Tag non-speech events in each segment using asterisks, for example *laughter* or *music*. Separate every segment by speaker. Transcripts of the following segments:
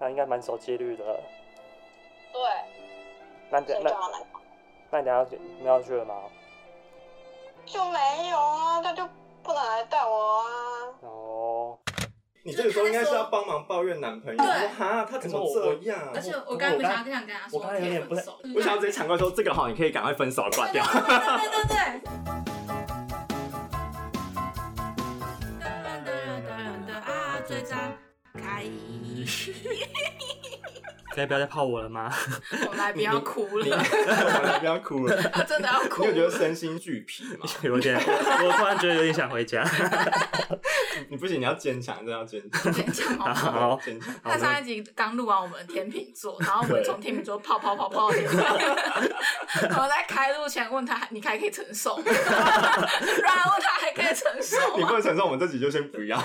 Speaker 1: 那应该蛮守纪律的。
Speaker 2: 对，
Speaker 1: 那你
Speaker 2: 所以就
Speaker 1: 那
Speaker 2: 要来，
Speaker 1: 那你等下去你要去了吗？
Speaker 2: 就没有啊，他就不能来带我啊。
Speaker 1: 哦，
Speaker 3: 你这个时候应该是要帮忙抱怨男朋友，
Speaker 4: 对
Speaker 3: 说哈他怎么这样？
Speaker 4: 而且我
Speaker 3: 我
Speaker 4: 刚才不想
Speaker 3: 想，
Speaker 4: 这样跟他说，
Speaker 3: 我刚才有点不
Speaker 4: 可
Speaker 3: 太
Speaker 4: 以分手，
Speaker 3: 我想要直接抢过来说这个好，你可以赶快分手啊挂掉。
Speaker 4: 对对对对。当然当然当然的啊，最张开，
Speaker 1: 可以不要再泡我了吗？ *laughs*
Speaker 4: 我 *laughs* 来不要哭
Speaker 3: 你 *laughs*
Speaker 4: 了，
Speaker 3: 我不要哭了，
Speaker 4: *laughs* 我真的要哭
Speaker 3: 你有觉得
Speaker 4: 了。
Speaker 3: 身心俱疲吗？ *laughs*
Speaker 1: 有点，我突然觉得有点想回家。 *laughs*
Speaker 3: 你不行，你要坚强，真的要坚强，
Speaker 4: 坚强好吗？
Speaker 1: 好，
Speaker 3: 坚强。
Speaker 4: 他上一集刚录完我们天秤座，然后我们从天秤座泡泡泡泡，我在开录前问他，你还可以承受吗？然后问他还可以承受
Speaker 3: 你不
Speaker 4: 吗？
Speaker 3: 能承受，我们这集就先不要。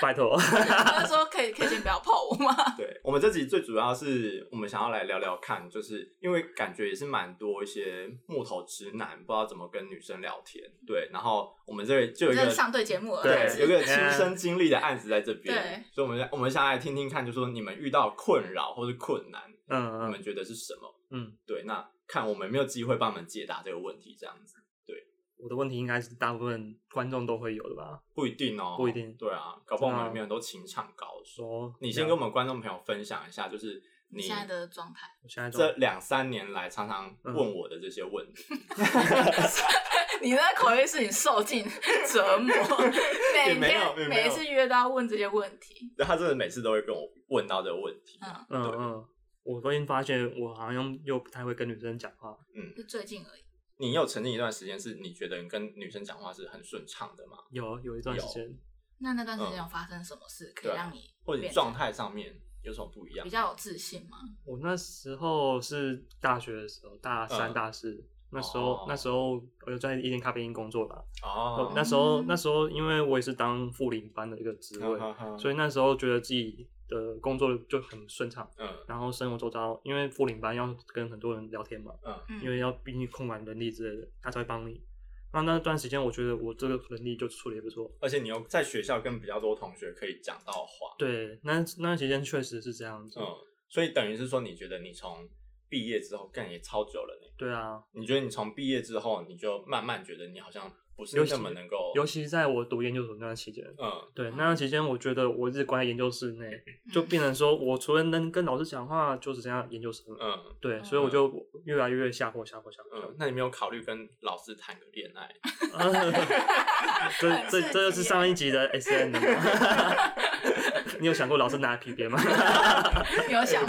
Speaker 1: 拜托。
Speaker 4: 他就说可以，可以先不要泡我吗？
Speaker 3: 对我们这集最主要是我们想要来聊聊看，就是因为感觉也是蛮多一些木头直男不知道怎么跟女生聊天，对，然后我们这里就有
Speaker 4: 我
Speaker 3: 一
Speaker 4: 是
Speaker 3: 个
Speaker 4: 上对节目了，
Speaker 1: 对
Speaker 3: 对有一个亲身
Speaker 1: 嗯
Speaker 3: 经历的案子在这边
Speaker 4: 对，
Speaker 3: 所以我们想我们想来听听看，就说你们遇到困扰或是困难，
Speaker 1: 嗯
Speaker 3: 你
Speaker 1: 嗯
Speaker 3: 们觉得是什么？
Speaker 1: 嗯，
Speaker 3: 对，那看我们有没有机会帮你们解答这个问题，这样子
Speaker 1: 我的问题应该是大部分观众都会有的吧？
Speaker 3: 不一定哦，
Speaker 1: 不一定哦
Speaker 3: 对啊，搞不好我们
Speaker 1: 真的啊
Speaker 3: 里面很多情场高手。
Speaker 1: 说
Speaker 3: 你先跟我们观众朋友分享一下，就是你
Speaker 4: 现在的状态，
Speaker 1: 我现在
Speaker 3: 这
Speaker 1: 这
Speaker 3: 两三年来常常
Speaker 1: 嗯
Speaker 3: 问我的这些问题，
Speaker 4: *laughs* 你那口音是你受尽折磨，
Speaker 3: *laughs* 也
Speaker 4: 每
Speaker 3: 没有也
Speaker 4: 天
Speaker 3: 没有
Speaker 4: 每一次约都要问这些问题。
Speaker 3: 然后他真的每次都会跟我问到这个问题。
Speaker 1: 嗯
Speaker 4: 嗯，
Speaker 3: 对
Speaker 1: 嗯，我最近发现我好像又不太会跟女生讲话。
Speaker 4: 就最近而已。
Speaker 3: 嗯你有曾经一段时间是你觉得你跟女生讲话是很顺畅的吗？
Speaker 1: 有有一段时间，
Speaker 4: 那那段时间有发生什么事可以让你
Speaker 3: 嗯啊或者你
Speaker 4: 变
Speaker 3: 状态上面有什么不一样
Speaker 4: 比？较有自信吗？
Speaker 1: 我那时候是大学的时候，大三、
Speaker 3: 嗯
Speaker 1: 大四。那时候
Speaker 3: 哦，
Speaker 1: 那时候我有在一间咖啡厅工作吧。
Speaker 3: 哦
Speaker 1: 那时候，那时候因为我也是当副领班的一个职位，所
Speaker 3: 以
Speaker 1: 以那时候觉得自己的工作就很顺畅，
Speaker 3: 嗯
Speaker 1: 然后生活周遭，因为副领班要跟很多人聊天嘛，
Speaker 3: 嗯
Speaker 4: 嗯，
Speaker 1: 因为要毕竟控管能力之类的，他才会帮你。那那段时间，我觉得我这个能力就处理得不错。
Speaker 3: 而且你又在学校跟比较多同学可以讲到话，
Speaker 1: 对，那那段时间确实是这样子。
Speaker 3: 嗯，所以等于是说你觉得你从毕业之后干也超久了呢？
Speaker 1: 对啊，
Speaker 3: 你觉得你从毕业之后你就慢慢觉得你好像不是
Speaker 1: 尤其
Speaker 3: 那么能够，
Speaker 1: 尤其是在我读研究所那段期间，
Speaker 3: 嗯
Speaker 1: 对那段期间，我觉得我一直关在研究室内，
Speaker 4: 嗯
Speaker 1: 就变成说我除了能跟老师讲话，就只剩下研究生了。
Speaker 3: 嗯。
Speaker 1: 对，所以我就越来越下火，下火，下
Speaker 3: *laughs*
Speaker 1: 火。
Speaker 3: 嗯，那你没有考虑跟老师谈个
Speaker 1: *laughs*
Speaker 3: 恋爱？
Speaker 1: 啊这这这就是上一集
Speaker 3: *laughs*
Speaker 1: 的 S N 的吗？ *laughs* 你有想过老师拿皮鞭吗？
Speaker 4: *laughs*
Speaker 1: *laughs*
Speaker 4: 你有想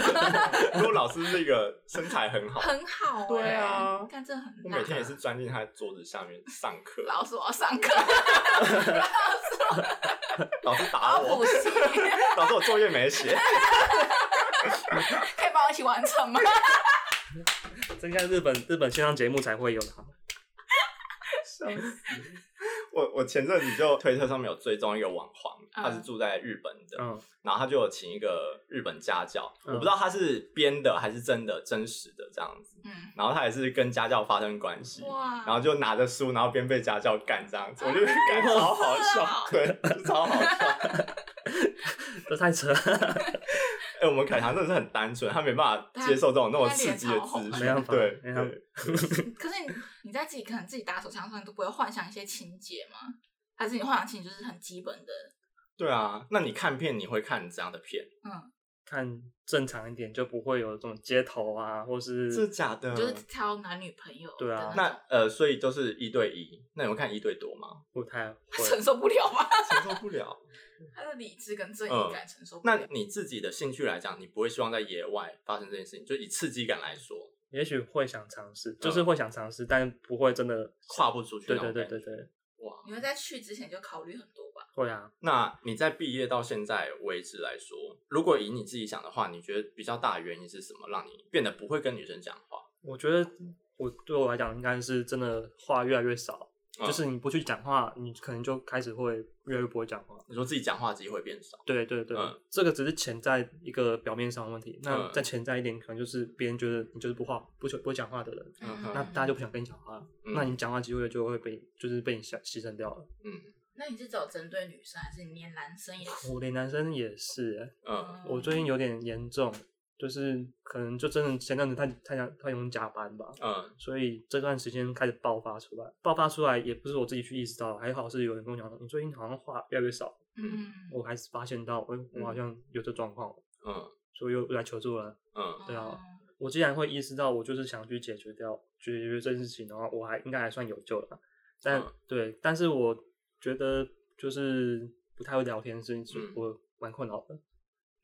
Speaker 3: *laughs*
Speaker 4: 吗？
Speaker 3: 如果老师是一个身材很好，
Speaker 4: 很好、欸，
Speaker 3: 对啊
Speaker 4: 但这很
Speaker 3: 我
Speaker 4: 辣
Speaker 3: 每。天也是钻进他的桌子下面上课，
Speaker 4: 老师，我要上课，
Speaker 3: 老师
Speaker 4: 我
Speaker 3: 打
Speaker 4: 要
Speaker 3: *laughs* 我
Speaker 4: 补，习， *laughs*
Speaker 3: 老师我作业没写，
Speaker 4: 可以帮我一起完成
Speaker 3: *laughs*
Speaker 4: 吗？
Speaker 1: 这应该日本日本线上节目才会有的。
Speaker 3: 我我前阵子就推特上面有追踪一个网红，
Speaker 4: 嗯
Speaker 3: 他是住在日本的，
Speaker 1: 嗯，
Speaker 3: 然后他就有请一个日本家教，
Speaker 1: 嗯
Speaker 3: 我不知道他是编的还是真的真实的这样子，
Speaker 4: 嗯，
Speaker 3: 然后他也是跟家教发生关系。
Speaker 4: 哇，
Speaker 3: 嗯然后就拿着书，然后边被家教干这样子，我就感觉超好笑，对，就超好笑。
Speaker 1: 这太扯了， *laughs*
Speaker 3: 哎、我们凯翔真的是很单纯，他没办法接受这种那么刺激的资
Speaker 4: 他
Speaker 3: 讯，
Speaker 1: 他脸超红
Speaker 3: 对
Speaker 1: 没办法
Speaker 3: 对，
Speaker 4: 可是你你在自己可能自己打手枪的时候，你都不会幻想一些情节吗？还是你幻想情节就是很基本的？
Speaker 3: 对啊。那你看片，你会看怎样的片？
Speaker 4: 嗯，
Speaker 1: 看正常一点就不会有这种街头啊，或是
Speaker 3: 是假的
Speaker 4: 你？就是挑男女朋友的
Speaker 1: 对啊
Speaker 4: 种
Speaker 3: 嗯那呃，所以都是一对一。那你会看一对多吗？
Speaker 1: 不
Speaker 3: *laughs*
Speaker 1: 太
Speaker 4: 承
Speaker 1: *laughs* 会。
Speaker 4: 受不了吗？
Speaker 3: 承受不了。
Speaker 4: *laughs* 他的理智跟正义感承受不
Speaker 3: 那
Speaker 4: 了。
Speaker 3: 你自己的兴趣来讲，你不会希望在野外发生这件事情？就以刺激感来说，
Speaker 1: 也许会想尝试，就是会想尝试，但不会真的
Speaker 3: 嗯跨不出去那
Speaker 1: 对
Speaker 3: 种
Speaker 1: 对
Speaker 3: 感觉。
Speaker 1: 对对对，
Speaker 3: 哇，
Speaker 4: 你会在去之前就考虑很多吧？
Speaker 1: 会啊。
Speaker 3: 那你在毕业到现在为止来说，如果以你自己想的话，你觉得比较大的原因是什么，让你变得不会跟女生讲话？
Speaker 1: 我觉得我对我来讲，应该是真的话越来越少，
Speaker 3: 嗯
Speaker 1: 就是你不去讲话，你可能就开始会越来越不会讲话。
Speaker 3: 你说自己讲话机会变少，
Speaker 1: 对对对，
Speaker 3: 嗯
Speaker 1: 这个只是潜在一个表面上的问题。那
Speaker 3: 嗯
Speaker 1: 再潜在一点，可能就是别人觉得你就是不话不喜不会讲话的人，
Speaker 3: 嗯
Speaker 1: 那大家就不想跟你讲话，
Speaker 3: 嗯
Speaker 1: 那你讲话机会就会被就是被你牺牺牲掉了。
Speaker 3: 嗯
Speaker 4: 那你是只有针对女生，还是你连男生也是？
Speaker 1: 我连男生也是欸、
Speaker 3: 嗯，
Speaker 1: 我最近有点严重，就是可能就真的前阵子太太想太用加班吧，
Speaker 3: 嗯
Speaker 1: 所以这段时间开始爆发出来，爆发出来也不是我自己去意识到，还好是有人跟我讲，你最近好像话越来越少，
Speaker 4: 嗯，
Speaker 1: 我还是发现到，哎，我好像有这状况，
Speaker 3: 嗯
Speaker 1: 所以又又来求助了。
Speaker 3: 嗯
Speaker 1: 对
Speaker 4: 哦
Speaker 1: 啊我既然会意识到，我就是想去解决掉解决这件事情的话，我还应该还算有救了。但、
Speaker 3: 嗯
Speaker 1: 对，但是我觉得就是不太会聊天是，是、
Speaker 3: 嗯
Speaker 1: 我蛮困扰的。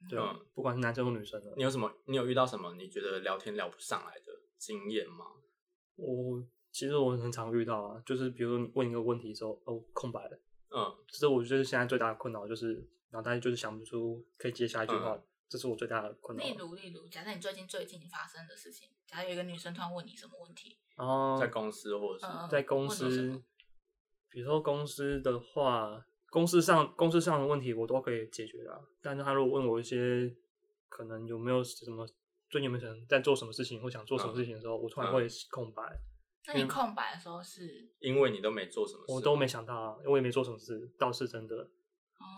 Speaker 1: 对啊，
Speaker 3: 嗯
Speaker 1: 不管是男生或女生的，
Speaker 3: 你有什么？你有遇到什么你觉得聊天聊不上来的经验吗？
Speaker 1: 我其实我很常遇到啊，就是比如说你问一个问题之后，哦，空白了。
Speaker 3: 嗯
Speaker 1: 这是我觉得现在最大的困扰，就是脑袋就是想不出可以接下一句话，
Speaker 3: 嗯
Speaker 1: 这是我最大的困扰。
Speaker 4: 例如，例如，假设你最近最近发生的事情，假如有一个女生突然问你什么问题，
Speaker 1: 然后
Speaker 3: 在公司或者是
Speaker 4: 嗯
Speaker 1: 在公
Speaker 4: 问你什么
Speaker 1: 司，比如说公司的话，公司上公司上的问题我都可以解决啦。但是他如果问我一些可能有没有什么最近有没有可能在做什么事情或想做
Speaker 4: 嗯
Speaker 1: 什么事情的时候，我突然会空白，
Speaker 4: 那你空白的时候是，
Speaker 3: 因为你都没做什么事，
Speaker 1: 我
Speaker 4: 哦
Speaker 1: 都没想到啊，我也没做什么事，倒是真的。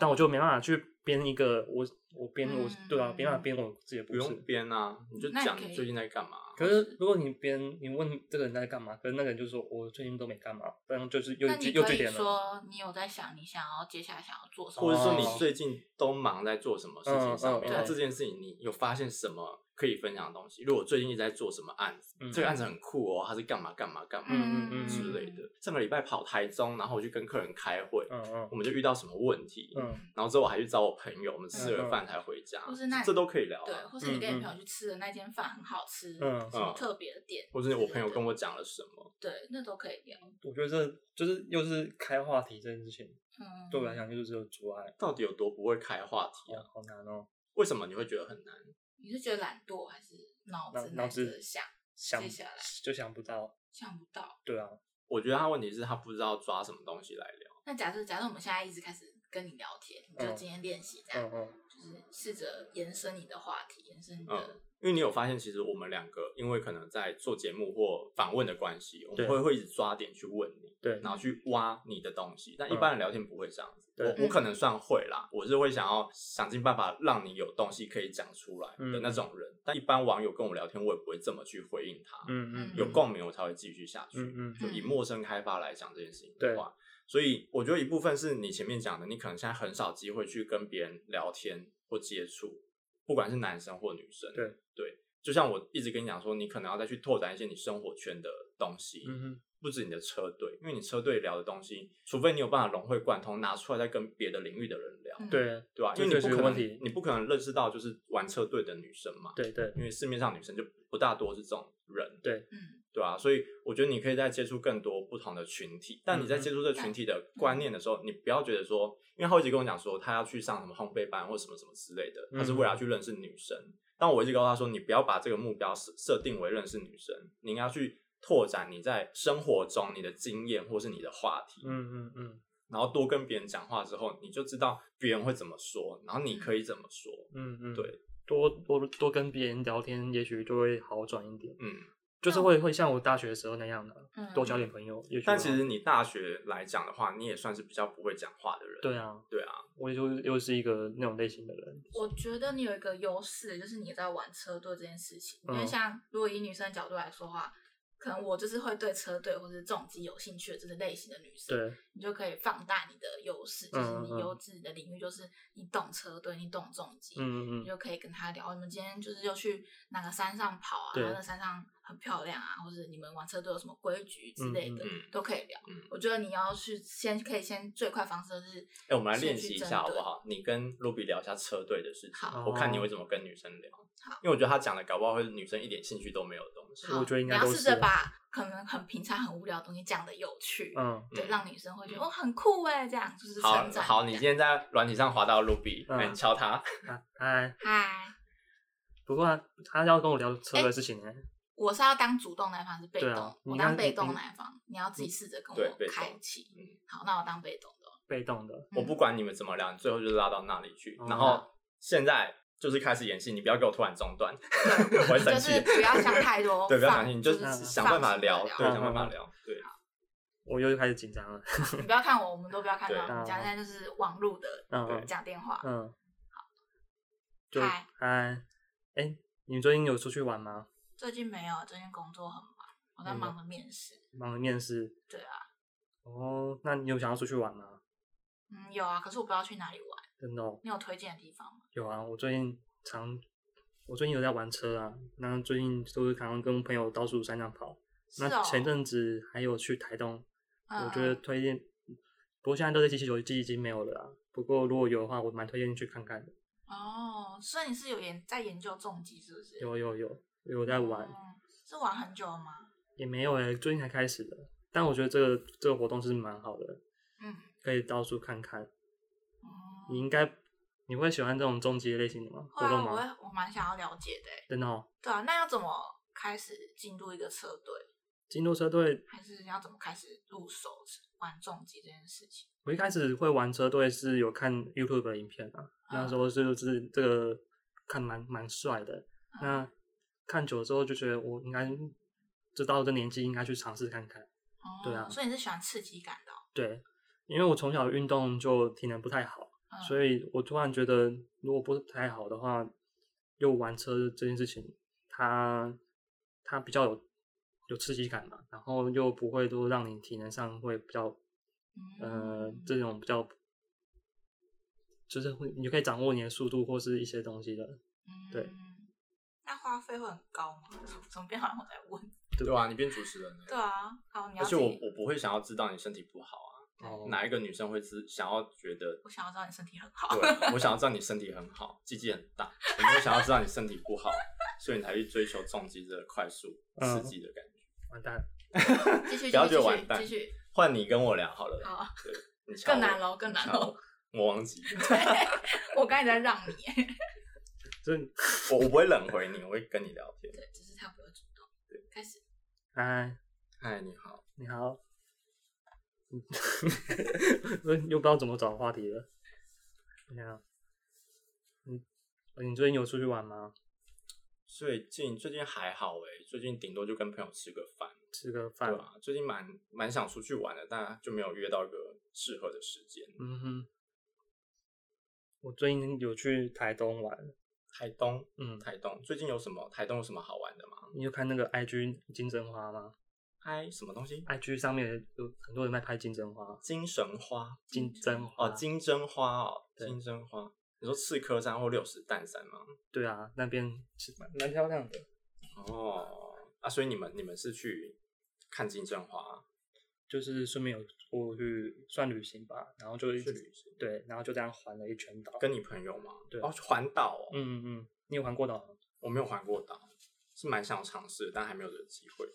Speaker 1: 但我就没办法去编一个我我编我、
Speaker 4: 嗯
Speaker 1: 对啊，没办法编我自己的
Speaker 3: 不
Speaker 1: 故事
Speaker 3: 用。编啊，你就
Speaker 4: 那你
Speaker 3: 讲
Speaker 4: 可以
Speaker 3: 你最近在干嘛。
Speaker 1: 可是如果你别人你问这个人在干嘛，可是那个人就说我最近都没干嘛，然后就是又
Speaker 4: 那你
Speaker 1: 又
Speaker 4: 可
Speaker 1: 对
Speaker 4: 以
Speaker 1: 点了。
Speaker 4: 说你有在想你想要接下来想要做什么，
Speaker 3: 或者说你
Speaker 1: 哦
Speaker 3: 最近都忙在做什么事情上
Speaker 1: 嗯
Speaker 3: 面？
Speaker 1: 嗯
Speaker 3: 那、
Speaker 4: 嗯
Speaker 3: 这件事情你有发现什么可以分享的东西？如果最近一直在做什么案子，
Speaker 1: 嗯
Speaker 3: 这个案子很酷哦，它是干嘛干嘛干嘛
Speaker 1: 嗯嗯嗯
Speaker 3: 之类的。上个礼拜跑台中，然后我去跟客人开会，
Speaker 1: 嗯嗯
Speaker 3: 我们就遇到什么问题，
Speaker 1: 嗯
Speaker 3: 然后之后我还去找我朋友，我们吃
Speaker 1: 嗯嗯
Speaker 3: 了饭才回家，
Speaker 4: 或是那
Speaker 3: 这都可以聊、
Speaker 4: 对，
Speaker 3: 啊。
Speaker 4: 或是你跟
Speaker 1: 嗯嗯
Speaker 4: 你朋友去吃的那间饭很好吃，
Speaker 1: 嗯
Speaker 4: 什么
Speaker 3: 嗯
Speaker 4: 特别的店，
Speaker 3: 或者我朋友跟
Speaker 4: 我，
Speaker 3: 我讲了什么，
Speaker 4: 对，那都可以聊。
Speaker 1: 我觉得这就是又是开话题这件事情，
Speaker 4: 嗯，
Speaker 1: 对我来讲就是有阻碍，
Speaker 3: 到底有多不会开话题
Speaker 1: 好
Speaker 3: 啊？
Speaker 1: 好难哦，
Speaker 3: 为什么你会觉得很难？
Speaker 4: 你是觉得懒惰还是脑
Speaker 1: 脑
Speaker 4: 子
Speaker 1: 脑
Speaker 4: 难
Speaker 1: 子
Speaker 4: 得想
Speaker 1: 想
Speaker 4: 接下来
Speaker 1: 就想不到，
Speaker 4: 想不到？
Speaker 1: 对啊，
Speaker 3: 我觉得他问题是他不知道抓什么东西来聊。
Speaker 4: 那假设假设我们现在一直开始跟你聊天，你就
Speaker 1: 嗯
Speaker 4: 今天练习这
Speaker 1: 嗯
Speaker 4: 样，
Speaker 1: 嗯
Speaker 4: 就是试着延伸你的话题，延伸你的
Speaker 3: 嗯，因为你有发现，其实我们两个因为可能在做节目或访问的关系，我
Speaker 1: 对
Speaker 3: 们会会一直抓点去问你，
Speaker 1: 对嗯
Speaker 3: 然后去挖你的东西。但一般人聊天不会这样子，
Speaker 1: 对
Speaker 3: 我我可能算会啦，我是会想要想尽办法让你有东西可以讲出来的
Speaker 1: 嗯
Speaker 3: 那种人。但一般网友跟我聊天，我也不会这么去回应他，
Speaker 1: 嗯嗯，
Speaker 3: 有共鸣我才会继续下去。
Speaker 1: 嗯嗯
Speaker 3: 就以陌生开发来讲这件事情
Speaker 1: 对
Speaker 3: 的话，所以我觉得一部分是你前面讲的，你可能现在很少机会去跟别人聊天或接触，不管是男生或女生。
Speaker 1: 对
Speaker 3: 对，就像我一直跟你讲说，你可能要再去拓展一些你生活圈的东西，
Speaker 1: 嗯
Speaker 3: 不止你的车队，因为你车队聊的东西，除非你有办法融会贯通，拿出来再跟别的领域的人聊，
Speaker 4: 嗯
Speaker 1: 嗯，对
Speaker 3: 对吧、
Speaker 1: 这
Speaker 3: 因为你
Speaker 1: 就是
Speaker 3: 不可
Speaker 1: 问题
Speaker 3: 能，你不可能认识到就是玩车队的女生嘛，
Speaker 1: 对对
Speaker 3: 因为市面上女生就不大多是这种人。
Speaker 4: 嗯
Speaker 3: 对啊，所以我觉得你可以再接触更多不同的群体。但
Speaker 1: 嗯
Speaker 3: 你在接触这群体的观念的时候，你不要觉得说，因为他一直跟我讲说他要去上什么烘焙班或什么什么之类的，他是为
Speaker 1: 嗯
Speaker 3: 了要去认识女生。但我一直告诉他说，你不要把这个目标设设定为认识女生，你应该去拓展你在生活中你的经验或是你的话题，
Speaker 1: 嗯嗯嗯
Speaker 3: 然后多跟别人讲话之后，你就知道别人会怎么说，然后你可以怎么说。
Speaker 1: 嗯嗯，
Speaker 3: 对，
Speaker 1: 多多多跟别人聊天，也许就会好转一点，
Speaker 3: 嗯，
Speaker 1: 就是会会像我大学的时候那样的，
Speaker 4: 嗯，
Speaker 1: 多交点朋友，也许
Speaker 3: 但
Speaker 1: 会
Speaker 3: 其
Speaker 1: 好
Speaker 3: 实你大学来讲的话，你也算是比较不会讲话的人。
Speaker 1: 对啊，
Speaker 3: 对啊，
Speaker 1: 我就又是一个那种类型的人，
Speaker 4: 我觉得你有一个优势，就是你在玩车队这件事情。因为
Speaker 1: 嗯
Speaker 4: 像如果以女生的角度来说的话，可能我就是会对车队或者重机有兴趣的这类型的女生，
Speaker 1: 对，
Speaker 4: 你就可以放大你的优势，就是
Speaker 1: 嗯嗯
Speaker 4: 你优质的领域就是你懂车队，你懂重机，
Speaker 1: 嗯嗯嗯
Speaker 4: 你就可以跟他聊。你们今天就是又去哪个山上跑啊？
Speaker 1: 对
Speaker 4: 然后那山上很漂亮啊，或者你们玩车队有什么规矩之类的，
Speaker 3: 嗯嗯嗯
Speaker 4: 都可以聊。
Speaker 3: 嗯
Speaker 4: 我觉得你要去先可以先最快方式就是，
Speaker 3: 哎、我们来练习一下好不
Speaker 4: 好？
Speaker 3: 好？你跟 Ruby 聊一下车队的事情，
Speaker 4: 好
Speaker 3: 我看你
Speaker 1: 哦
Speaker 3: 会怎么跟女生聊
Speaker 4: 好。
Speaker 3: 因为我觉得他讲的搞不好会是女生一点兴趣都没有的东西。
Speaker 1: 我觉得应该
Speaker 4: 你要
Speaker 1: 都
Speaker 4: 试
Speaker 1: 是
Speaker 3: 啊
Speaker 4: 着把可能很平常、很无聊的东西讲的有趣，
Speaker 1: 嗯，
Speaker 4: 对，
Speaker 3: 嗯
Speaker 4: 让女生会觉得哦很酷哎，这样就是
Speaker 3: 好
Speaker 4: 称赞。
Speaker 3: 好，你今天在软体上滑到 Ruby，
Speaker 1: 嗯
Speaker 3: 哎、你敲他。
Speaker 1: 啊哎，
Speaker 4: 嗨，
Speaker 1: 不过啊他要跟我聊车的事情呢，
Speaker 4: 我是要当主动那一方，还是被
Speaker 1: 对啊
Speaker 4: 动？
Speaker 1: 你
Speaker 4: 我
Speaker 1: 刚
Speaker 4: 当被
Speaker 1: 你
Speaker 4: 动那一方，你要自己试着跟
Speaker 3: 嗯对
Speaker 4: 我
Speaker 3: 被动
Speaker 4: 开启
Speaker 3: 嗯。
Speaker 4: 好，那我当被动的。哦
Speaker 1: 被动的，
Speaker 3: 我不管你们怎么聊，你最后就拉到那里去。
Speaker 1: 嗯
Speaker 3: 然后现在就是开始演戏，你不要给我突然中断，我会生
Speaker 4: 就是
Speaker 3: 气。
Speaker 4: 不要想太多，
Speaker 3: *laughs* 对，不要
Speaker 4: 放
Speaker 3: 想你就是
Speaker 1: 嗯
Speaker 3: 想办法
Speaker 4: 放心地
Speaker 3: 聊，对，
Speaker 1: 嗯
Speaker 3: 想办法聊，对。
Speaker 1: 我又开始紧张了。
Speaker 4: 你不要看我，我们都不要看到。
Speaker 3: 对
Speaker 4: 我们讲现在就是网路的
Speaker 1: 嗯
Speaker 3: 对
Speaker 1: 嗯
Speaker 4: 讲电话。
Speaker 1: 嗯，就
Speaker 4: 嗨
Speaker 1: 嗨，哎，你最近有出去玩吗？
Speaker 4: 最近没有，最近工作很忙，我在
Speaker 1: 嗯
Speaker 4: 忙着面试。
Speaker 1: 忙着面试。
Speaker 4: 对啊，
Speaker 1: 哦，那你有想要出去玩吗？
Speaker 4: 嗯，有啊，可是我不知道去哪里玩。
Speaker 1: 真的、哦、
Speaker 4: 你有推荐的地方吗？
Speaker 1: 有啊，我最近常，我最近有在玩车啊，那最近都是常常跟朋友到处山上跑。
Speaker 4: 是
Speaker 1: 那
Speaker 4: 哦，
Speaker 1: 前阵子还有去台东，
Speaker 4: 嗯
Speaker 1: 我觉得
Speaker 4: 嗯
Speaker 1: 推荐，不过现在热气球机已经没有了啦。不过如果有的话，我蛮推荐去看看的。
Speaker 4: 哦，所以你是有研在研究重击是不是？
Speaker 1: 有有有有在玩，
Speaker 4: 嗯是玩很久了吗？
Speaker 1: 也没有哎、最近才开始的。但我觉得这个这个活动是蛮好的，
Speaker 4: 嗯，
Speaker 1: 可以到处看看。
Speaker 4: 哦
Speaker 1: 你应该你会喜欢这种终极类型的吗？活
Speaker 4: 会啊，
Speaker 1: 动
Speaker 4: 我
Speaker 1: 吗？
Speaker 4: 会，我蛮想要了解的欸。
Speaker 1: 真的哦，
Speaker 4: 对啊，那要怎么开始进入一个车队，
Speaker 1: 京都车队，
Speaker 4: 还是要怎么开始入手玩重击这件事情？
Speaker 1: 我一开始会玩车队是有看 YouTube 的影片啊，
Speaker 4: 嗯
Speaker 1: 那时候就是这个看蛮蛮帅的，
Speaker 4: 嗯
Speaker 1: 那看久了之后就觉得我应该就到这年纪应该去尝试看看，
Speaker 4: 哦
Speaker 1: 对啊
Speaker 4: 所以你是喜欢刺激感的哦、
Speaker 1: 对，因为我从小运动就体能不太好，
Speaker 4: 嗯、
Speaker 1: 所以我突然觉得，如果不太好的话，又玩车这件事情，它它比较有有刺激感嘛，然后又不会都让你体能上会比较，呃，
Speaker 4: 嗯
Speaker 1: 这种比较，就是会你可以掌握你的速度或是一些东西的，对
Speaker 4: 嗯那花费会很高吗？ *laughs* 怎么变好像我在问？
Speaker 1: 对
Speaker 3: 对吧、啊？你变主持人了、
Speaker 4: 对啊，好，你要
Speaker 3: 而且
Speaker 4: 自
Speaker 3: 我呃
Speaker 4: 己，
Speaker 3: 我不会想要知道你身体不好啊，
Speaker 1: 哦
Speaker 3: 哪一个女生会知想要觉得？
Speaker 4: 我想要知道你身体很好。
Speaker 3: 对，我想要知道你身体很好，鸡鸡很大，我没有想要知道你身体不好， *laughs* 所以你才去追求重击这个快速刺激的感觉。
Speaker 1: 完蛋了，
Speaker 4: *laughs* 继续，
Speaker 3: 不要觉
Speaker 4: 继续
Speaker 3: 得完蛋
Speaker 4: 继续，
Speaker 3: 换你跟我聊好了，
Speaker 4: 好，
Speaker 3: 对，你敲
Speaker 4: 更难
Speaker 3: 我，
Speaker 4: 喽，更难
Speaker 3: 敲
Speaker 4: 喽。
Speaker 3: 我我忘记，
Speaker 4: 我刚才在让你，
Speaker 1: 这
Speaker 3: 我我不会冷回你，我会跟你聊天。
Speaker 4: 对，只是他不会主动。对，开始。
Speaker 1: 哎，
Speaker 3: 嗨，你好，
Speaker 1: 你好， *laughs* 我又不知道怎么找话题了，你好，你你最近有出去玩吗？
Speaker 3: 最近最近还好诶、最近顶多就跟朋友吃个饭，
Speaker 1: 吃个
Speaker 3: 对啊
Speaker 1: 饭，
Speaker 3: 吧、最近蛮蛮想出去玩的，但就没有约到一个适合的时间。
Speaker 1: 嗯哼，我最近有去台东玩，
Speaker 3: 台东，
Speaker 1: 嗯，
Speaker 3: 台东最近有什么？台东有什么好玩的吗？
Speaker 1: 你有看那个 IG 金针花吗
Speaker 3: 嗨，什么东西？
Speaker 1: ？IG 上面有很多人在拍金针花，
Speaker 3: 金神花
Speaker 1: 金针花
Speaker 3: 哦，金针花哦，
Speaker 1: 啊对
Speaker 3: 金针花。你说赤科山或六十蛋山吗？
Speaker 1: 对啊，那边是蛮蛮漂亮的，
Speaker 3: 哦，啊，所以你们你们是去看金针花，啊
Speaker 1: 就是顺便有我去算旅行吧，然后就一
Speaker 3: 去
Speaker 1: 直
Speaker 3: 旅行，
Speaker 1: 对，然后就这样环了一圈岛。
Speaker 3: 跟你朋友吗？
Speaker 1: 对
Speaker 3: 哦，环岛哦，
Speaker 1: 嗯嗯嗯，你有环过岛吗？
Speaker 3: 我没有环过岛，是蛮想尝试的，但还没有这个机会。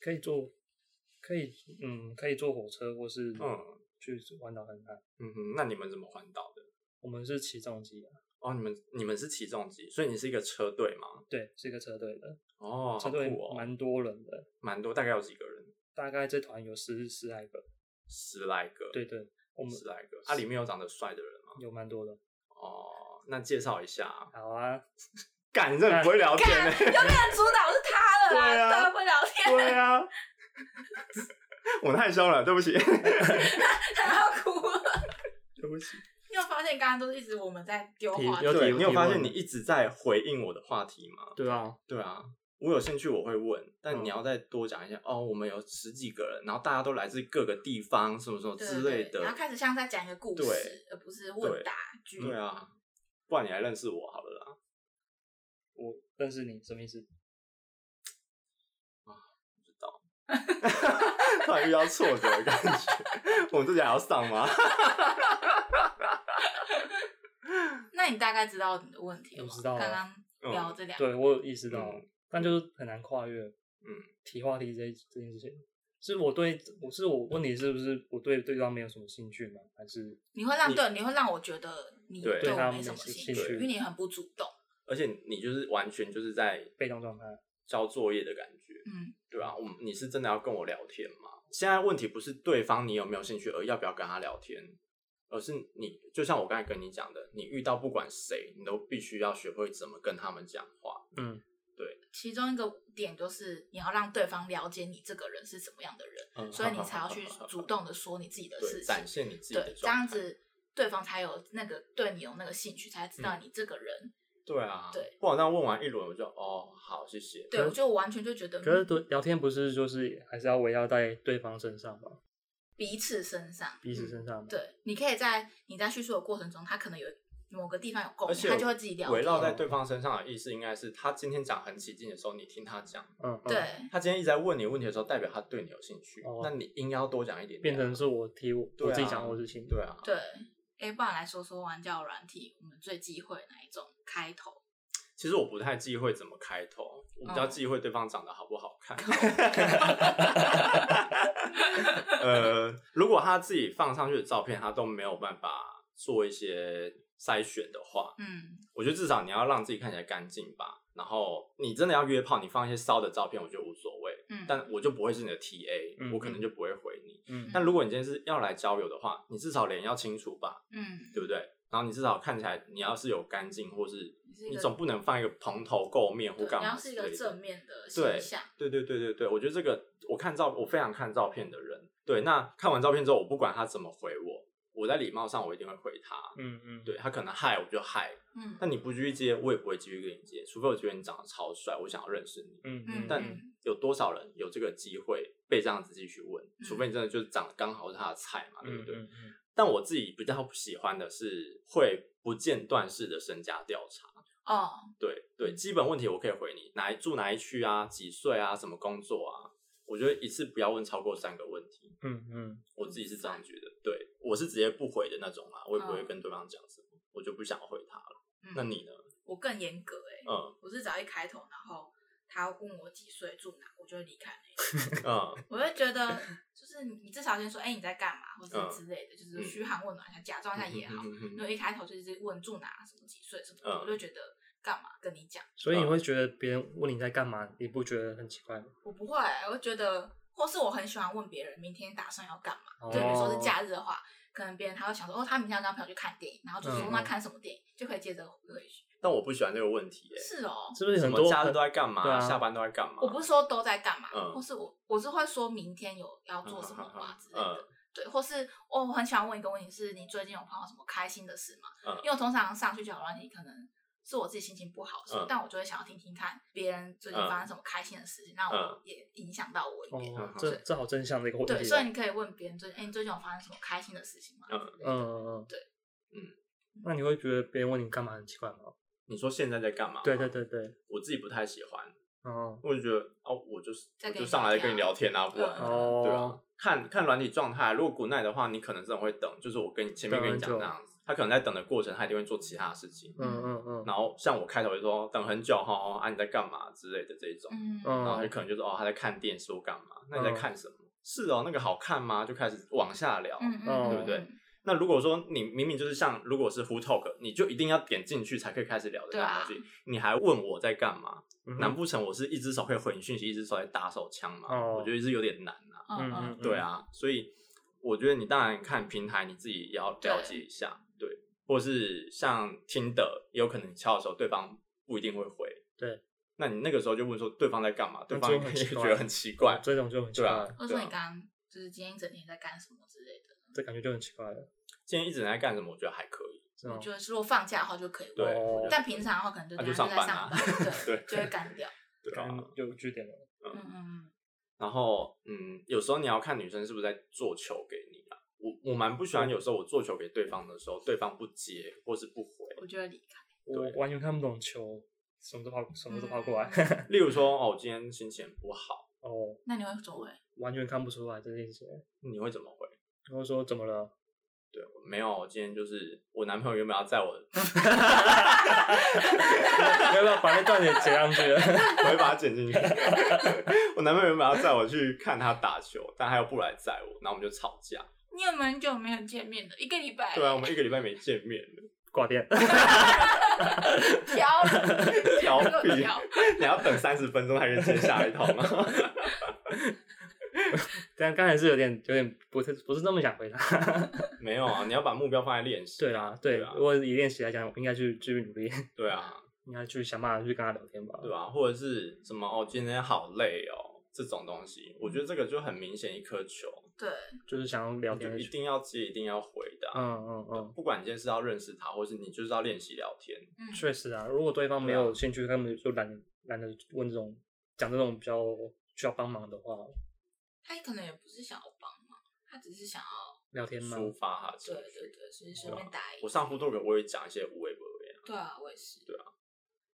Speaker 1: 可以坐，可以嗯，可以坐火车或是
Speaker 3: 嗯
Speaker 1: 去环岛看看。
Speaker 3: 嗯哼，那你们怎么环岛的？
Speaker 1: 我们是起重机啊，
Speaker 3: 哦，你们你们是起重机，所以你是一个车队吗？
Speaker 1: 对，是一个车队的，
Speaker 3: 哦，
Speaker 1: 车队
Speaker 3: 好酷哦，
Speaker 1: 蛮多人的，
Speaker 3: 蛮多，大概有几个人？
Speaker 1: 大概这团有十十来个，
Speaker 3: 十来个，
Speaker 1: 对对，我们
Speaker 3: 十来个。啊，里面有长得帅的人吗？
Speaker 1: 有蛮多的。
Speaker 3: 哦，那介绍一下。
Speaker 1: 好啊，
Speaker 3: 干，你这很不会聊天
Speaker 4: 看，
Speaker 3: 欸
Speaker 4: 有没有人主导是他了
Speaker 3: 对啊
Speaker 4: 啦，他会聊
Speaker 3: *laughs*
Speaker 4: 天，
Speaker 3: 对啊，我太凶了，对不起，
Speaker 4: 他要哭了。 *laughs*
Speaker 3: 对不起。
Speaker 4: 你有发现刚刚都是一直我们在丢
Speaker 1: 提
Speaker 4: 话
Speaker 1: *laughs*
Speaker 4: 题
Speaker 1: 有？提
Speaker 3: 对，你有发
Speaker 1: 提
Speaker 3: 现
Speaker 1: 问
Speaker 3: 你一直在回应我的话题吗？
Speaker 1: 对啊，
Speaker 3: 对啊，我有兴趣我会问，但
Speaker 1: 嗯
Speaker 3: 你要再多讲一下、哦。我们有十几个人，然后大家都来自各个地方，什么什么
Speaker 4: 对
Speaker 3: 之
Speaker 4: 对
Speaker 3: 类的。
Speaker 4: 然后开始像在讲一个故
Speaker 3: 对
Speaker 4: 事，而不是问答剧。
Speaker 3: 对啊，不然你来认识我好了啦。
Speaker 1: 我认识你什么意思？
Speaker 3: *laughs* 突然遇到挫折的感觉，我们自己还要上吗？
Speaker 4: 那你大概知道你的问题了吗？
Speaker 1: 我知道啊
Speaker 4: 刚刚聊这两个，
Speaker 1: 对我有意识到，
Speaker 3: 嗯
Speaker 1: 但就是很难跨越。
Speaker 3: 嗯，
Speaker 1: 提话题这这件事情，是我对我是我问题是不是我对对方没有什么兴趣吗？还是
Speaker 4: 你会让对，你会让我觉得你
Speaker 3: 对对
Speaker 4: 我
Speaker 1: 他
Speaker 4: 没
Speaker 1: 没
Speaker 4: 什么
Speaker 1: 兴
Speaker 4: 兴
Speaker 1: 趣
Speaker 4: 因为你很不主动。
Speaker 3: *laughs* 而且你就是完全就是在
Speaker 1: 被动状态？
Speaker 3: 交作业的感觉，
Speaker 4: 嗯，
Speaker 3: 对啊，我们你是真的要跟我聊天吗？现在问题不是对方你有没有兴趣，而要不要跟他聊天，而是你就像我刚才跟你讲的，你遇到不管谁，你都必须要学会怎么跟他们讲话。
Speaker 1: 嗯，
Speaker 4: 其中一个点就是你要让对方了解你这个人是什么样的人，
Speaker 3: 嗯
Speaker 4: 所以你才要
Speaker 3: *laughs*
Speaker 4: 去主动的说你自己的
Speaker 3: 对
Speaker 4: 事情
Speaker 3: 展，现你自己的
Speaker 4: 对，这
Speaker 3: 状
Speaker 4: 样
Speaker 3: 态
Speaker 4: 子对方才有那个对你有那个兴趣，才知
Speaker 3: 嗯
Speaker 4: 道你这个人。
Speaker 3: 对啊，
Speaker 4: 对，
Speaker 3: 不然这样问完一轮，我就哦，好，谢谢。
Speaker 4: 对，我就完全就觉得
Speaker 1: 可是对聊天不是就是还是要围绕在对方身上吗？
Speaker 4: 彼此身上，
Speaker 1: 彼此身上吗？
Speaker 4: 对，你可以在你在叙述的过程中，他可能有某个地方有共
Speaker 3: 而
Speaker 4: 鸣，
Speaker 3: 且
Speaker 4: 他就会自己聊
Speaker 3: 围绕
Speaker 4: 天。
Speaker 3: 在对方身上的意思，应该是他今天讲很起劲的时候，你听他讲；
Speaker 1: 嗯，嗯，
Speaker 4: 对，
Speaker 3: 他今天一直在问你问题的时候，代表他对你有兴趣。
Speaker 1: 哦
Speaker 3: 那你硬要多讲一点点，
Speaker 1: 变成是我替我
Speaker 3: 对啊
Speaker 1: 我自己讲我的事情。
Speaker 3: 对啊，
Speaker 4: 对，哎、不然来说说玩交友软体，我们最忌讳哪一种开头？
Speaker 3: 其实我不太忌讳怎么开头，我比较
Speaker 4: 嗯
Speaker 3: 忌讳对方长得好不好看。呃，如果他自己放上去的照片，他都没有办法做一些筛选的话，
Speaker 4: 嗯，
Speaker 3: 我觉得至少你要让自己看起来干净吧。然后你真的要约炮，你放一些骚的照片，我觉得无所谓。
Speaker 4: 嗯
Speaker 3: 但我就不会是你的 TA，、
Speaker 1: 嗯
Speaker 3: 我可能就不会回你。
Speaker 1: 嗯
Speaker 3: 但如果你今天是要来交友的话，你至少脸要清楚吧，
Speaker 4: 嗯，
Speaker 3: 对不对？然后你至少看起来，你要是有干净，或是
Speaker 4: 你是一个
Speaker 3: 你总不能放一个蓬头垢面或
Speaker 4: 对，
Speaker 3: 干
Speaker 4: 你
Speaker 3: 嘛
Speaker 4: 要是
Speaker 3: 之
Speaker 4: 一
Speaker 3: 类
Speaker 4: 个
Speaker 3: 的
Speaker 4: 正面的
Speaker 3: 对
Speaker 4: 形象，
Speaker 3: 对对对对对，我觉得这个我看照，我非常看照片的人。对，那看完照片之后，我不管他怎么回我，我在礼貌上我一定会回他。
Speaker 1: 嗯嗯，
Speaker 3: 对他可能嗨，我就嗨，
Speaker 4: 嗯，
Speaker 3: 但你不继续接，我也不会继续跟你接，除非我觉得你长得超帅，我想要认识你。
Speaker 1: 嗯
Speaker 4: 嗯
Speaker 1: 嗯，
Speaker 3: 但
Speaker 4: 嗯
Speaker 3: 有多少人有这个机会被这样子继续问？
Speaker 4: 嗯
Speaker 3: 除非你真的就是长得刚好是他的菜嘛，对
Speaker 1: 嗯
Speaker 3: 不对？
Speaker 1: 嗯
Speaker 3: 但我自己比较喜欢的是会不间断式的身家调查。
Speaker 4: 哦，
Speaker 3: 对对，基本问题我可以回你，哪一住哪一区啊，几岁啊，什么工作啊？我觉得一次不要问超过三个问题，
Speaker 1: 嗯嗯
Speaker 3: 我自己是这样觉得。对我是直接不回的那种啊，我也不会跟对方讲什么，我就不想回他了。
Speaker 4: 嗯
Speaker 3: 那你呢？
Speaker 4: 我更严格哎、
Speaker 3: 嗯
Speaker 4: 我是只要一开头，然后他问我几岁住哪，我就会离开那一种。
Speaker 3: 嗯。
Speaker 4: *laughs* 我会觉
Speaker 3: *laughs*
Speaker 4: 得就是你你至少先说，哎、你在干嘛，或
Speaker 3: 嗯
Speaker 4: 者是之类的，就是
Speaker 3: 嗯
Speaker 4: 嘘寒问暖一下，假装一啊下也好。
Speaker 3: 嗯嗯嗯嗯
Speaker 4: 如果一开头就是问住哪、什么几岁什么的，
Speaker 3: 嗯
Speaker 4: 我就觉得干嘛跟你讲，
Speaker 1: 所
Speaker 3: 啊
Speaker 1: 以你会觉得别人问你在干嘛，你不觉得很奇怪吗？
Speaker 4: 我不会、我就觉得或是我很喜欢问别人明天打算要干嘛。
Speaker 1: 哦
Speaker 4: 对，比如说是假日的话，可能别人他会想说，哦，他明天要跟他朋友去看电影，然后就说
Speaker 1: 嗯
Speaker 4: 那看什么电影，就可以接着回去。
Speaker 3: 但我不喜欢这个问题、欸，
Speaker 4: 是哦，
Speaker 1: 是不是
Speaker 3: 什
Speaker 1: 很
Speaker 3: 么
Speaker 1: 多
Speaker 3: 假日都在干嘛、
Speaker 1: 对啊
Speaker 3: 下班都在干嘛？
Speaker 4: 我不是说都在干嘛，
Speaker 3: 嗯
Speaker 4: 或是我我是会说明天有要做什么啊之类的。
Speaker 3: 嗯
Speaker 4: 对，或是哦我很喜欢问一个问题是，你最近有碰到什么开心的事吗？
Speaker 3: 嗯
Speaker 4: 因为我通常上去讲软体，可能是我自己心情不好的时候，
Speaker 3: 嗯
Speaker 4: 但我就会想要听听看别人最近
Speaker 3: 嗯
Speaker 4: 发生什么开心的事情，那我
Speaker 3: 嗯
Speaker 4: 也影响到我一点。
Speaker 1: 哦，
Speaker 3: 对
Speaker 1: 这这好正向的一个问题哦。
Speaker 4: 对，所以你可以问别人最近，哎、你最近有发生什么开心的事情吗？
Speaker 3: 嗯
Speaker 4: 之类
Speaker 1: 嗯
Speaker 4: 的
Speaker 1: 嗯嗯，
Speaker 4: 对，
Speaker 3: 嗯。
Speaker 1: 那你会觉得别人问你干嘛很奇怪吗？
Speaker 3: 你说现在在干嘛？
Speaker 1: 对对，对对，
Speaker 3: 我自己不太喜欢，
Speaker 1: 哦
Speaker 3: 我就觉得哦，我就是
Speaker 4: 在
Speaker 3: 我
Speaker 4: 跟你
Speaker 3: 就上来
Speaker 4: 聊天啊
Speaker 3: 跟你聊天啊，不然、
Speaker 4: 嗯
Speaker 1: 哦，
Speaker 3: 对啊，看看软体状态，如果 good night 的话，你可能真的会等，就是我跟你前面
Speaker 1: 等
Speaker 3: 跟
Speaker 1: 很
Speaker 3: 你讲
Speaker 1: 久
Speaker 3: 那样子，他可能在等的过程，他一定会做其他的事情。
Speaker 1: 嗯嗯嗯，
Speaker 3: 然后像我开头就说等很久哈、哦，啊你在干嘛之类的这一种，
Speaker 4: 嗯
Speaker 1: 嗯
Speaker 3: 然后你可能就说哦他在看电视或干嘛，那你在
Speaker 1: 嗯
Speaker 3: 看什么？是哦，那个好看吗？就开始往下聊，
Speaker 4: 嗯
Speaker 1: 哦
Speaker 4: 嗯，
Speaker 1: 对不
Speaker 3: 对？那如果说你明明就是像，如果是 Who Talk，你就一定要点进去才可以开始聊这
Speaker 4: 对
Speaker 3: 个
Speaker 4: 啊
Speaker 3: 东西。你还问我在干嘛？
Speaker 1: 嗯
Speaker 3: 难不成我是一只手可以回你讯息，一只手在打手枪吗？
Speaker 1: 哦
Speaker 3: 我觉得是有点难啊。
Speaker 4: 嗯嗯，
Speaker 3: 对，啊，所以我觉得你当然看平台，你自己也要了解一下，对，或是像听的，也有可能你敲的时候对方不一定会回，
Speaker 1: 对，
Speaker 3: 那你那个时候就问说对方在干嘛，对
Speaker 1: 那
Speaker 3: 方
Speaker 1: 就
Speaker 3: 也
Speaker 1: 很
Speaker 3: 也
Speaker 1: 奇
Speaker 3: 觉
Speaker 1: 怪
Speaker 3: 得很奇怪，
Speaker 1: 哦这种就很奇怪
Speaker 3: 对啊
Speaker 1: 了，
Speaker 4: 或者说
Speaker 3: 对
Speaker 4: 哦你刚刚就是今天一整天在干什么之类的。
Speaker 1: 这感觉就很奇怪了，
Speaker 3: 今天一直在干什么，我觉得还可以，
Speaker 1: 是吗？
Speaker 4: 就是如果放假的话就可以
Speaker 3: 对啊
Speaker 4: 问，
Speaker 1: 哦
Speaker 4: 但平常的话可能就
Speaker 3: 那
Speaker 4: 等
Speaker 3: 就
Speaker 4: 下就
Speaker 3: 上
Speaker 4: 在
Speaker 3: 班
Speaker 4: 上
Speaker 3: 啊
Speaker 4: 班，
Speaker 3: 对
Speaker 4: 对，就会干掉。
Speaker 3: 对
Speaker 1: 感
Speaker 3: 啊
Speaker 1: 觉。有据点了，
Speaker 4: 嗯嗯
Speaker 3: 然后，嗯，有时候你要看女生是不是在做球给你啊。我我蛮不喜欢，有时候我做球给对方的时候，对方不接或是不回
Speaker 4: 嗯，。我就会离开。
Speaker 1: 我完全看不懂球，什么都跑，什么都跑过来，
Speaker 4: 嗯
Speaker 3: 例如说，哦，我今天心情不好，
Speaker 1: *laughs* 哦，
Speaker 4: 那你会怎么回？
Speaker 1: 完全看不出来这件事。
Speaker 3: 你会怎么回？
Speaker 1: 然后说怎么了？
Speaker 3: 对，我没有，我今天就是我男朋友原本要载我，
Speaker 1: *laughs* 要不要把那段也剪上去了？
Speaker 3: 我会把它剪进去。 *laughs* 我男朋友原本要载我去看他打球，但他又不来载我，然后我们就吵架。
Speaker 4: 你有蛮久没有见面的，一个礼拜，
Speaker 3: 对啊，
Speaker 4: *laughs*
Speaker 3: 我们一个礼拜没见面了， *laughs*
Speaker 1: 挂电。
Speaker 4: 挑了， *laughs*
Speaker 3: 调
Speaker 4: 又
Speaker 3: 皮
Speaker 4: 挑，
Speaker 3: 你要等三十分钟才可以接下一套吗？ *laughs*
Speaker 1: 但刚才是有点有点不是不是那么想回答。 *laughs*
Speaker 3: 没有啊，你要把目标放在练习。
Speaker 1: 对啦，对
Speaker 3: 对啊
Speaker 1: 如果以练习来讲，我应该去继续努力。
Speaker 3: 对啊，
Speaker 1: 应该去想办法去跟他聊天吧。
Speaker 3: 对啊吧、或者是什么哦，今天好累哦，这种东西，我觉得这个就很明显一颗球，
Speaker 4: 对，
Speaker 1: 就是想要聊
Speaker 3: 你就
Speaker 1: 天的
Speaker 3: 一
Speaker 1: 去，
Speaker 3: 定要接，一定要回的啊、
Speaker 1: 嗯嗯嗯，
Speaker 3: 不管你今天是要认识他，或是你就是要练习聊天，
Speaker 4: 嗯，
Speaker 1: 确实啊，如果对方没
Speaker 3: 对
Speaker 1: 有
Speaker 3: 啊
Speaker 1: 兴趣，他们就懒懒得问这种讲这种比较需要帮忙的话，
Speaker 4: 他可能也不是想要帮忙，他只是想要，
Speaker 1: 聊天嘛。
Speaker 3: 抒发他的情
Speaker 4: 对
Speaker 3: 绪。
Speaker 4: 对对，所以随便打一
Speaker 3: 我上 f o o d 我也讲一些无微不微啊，
Speaker 4: 对啊，我也是，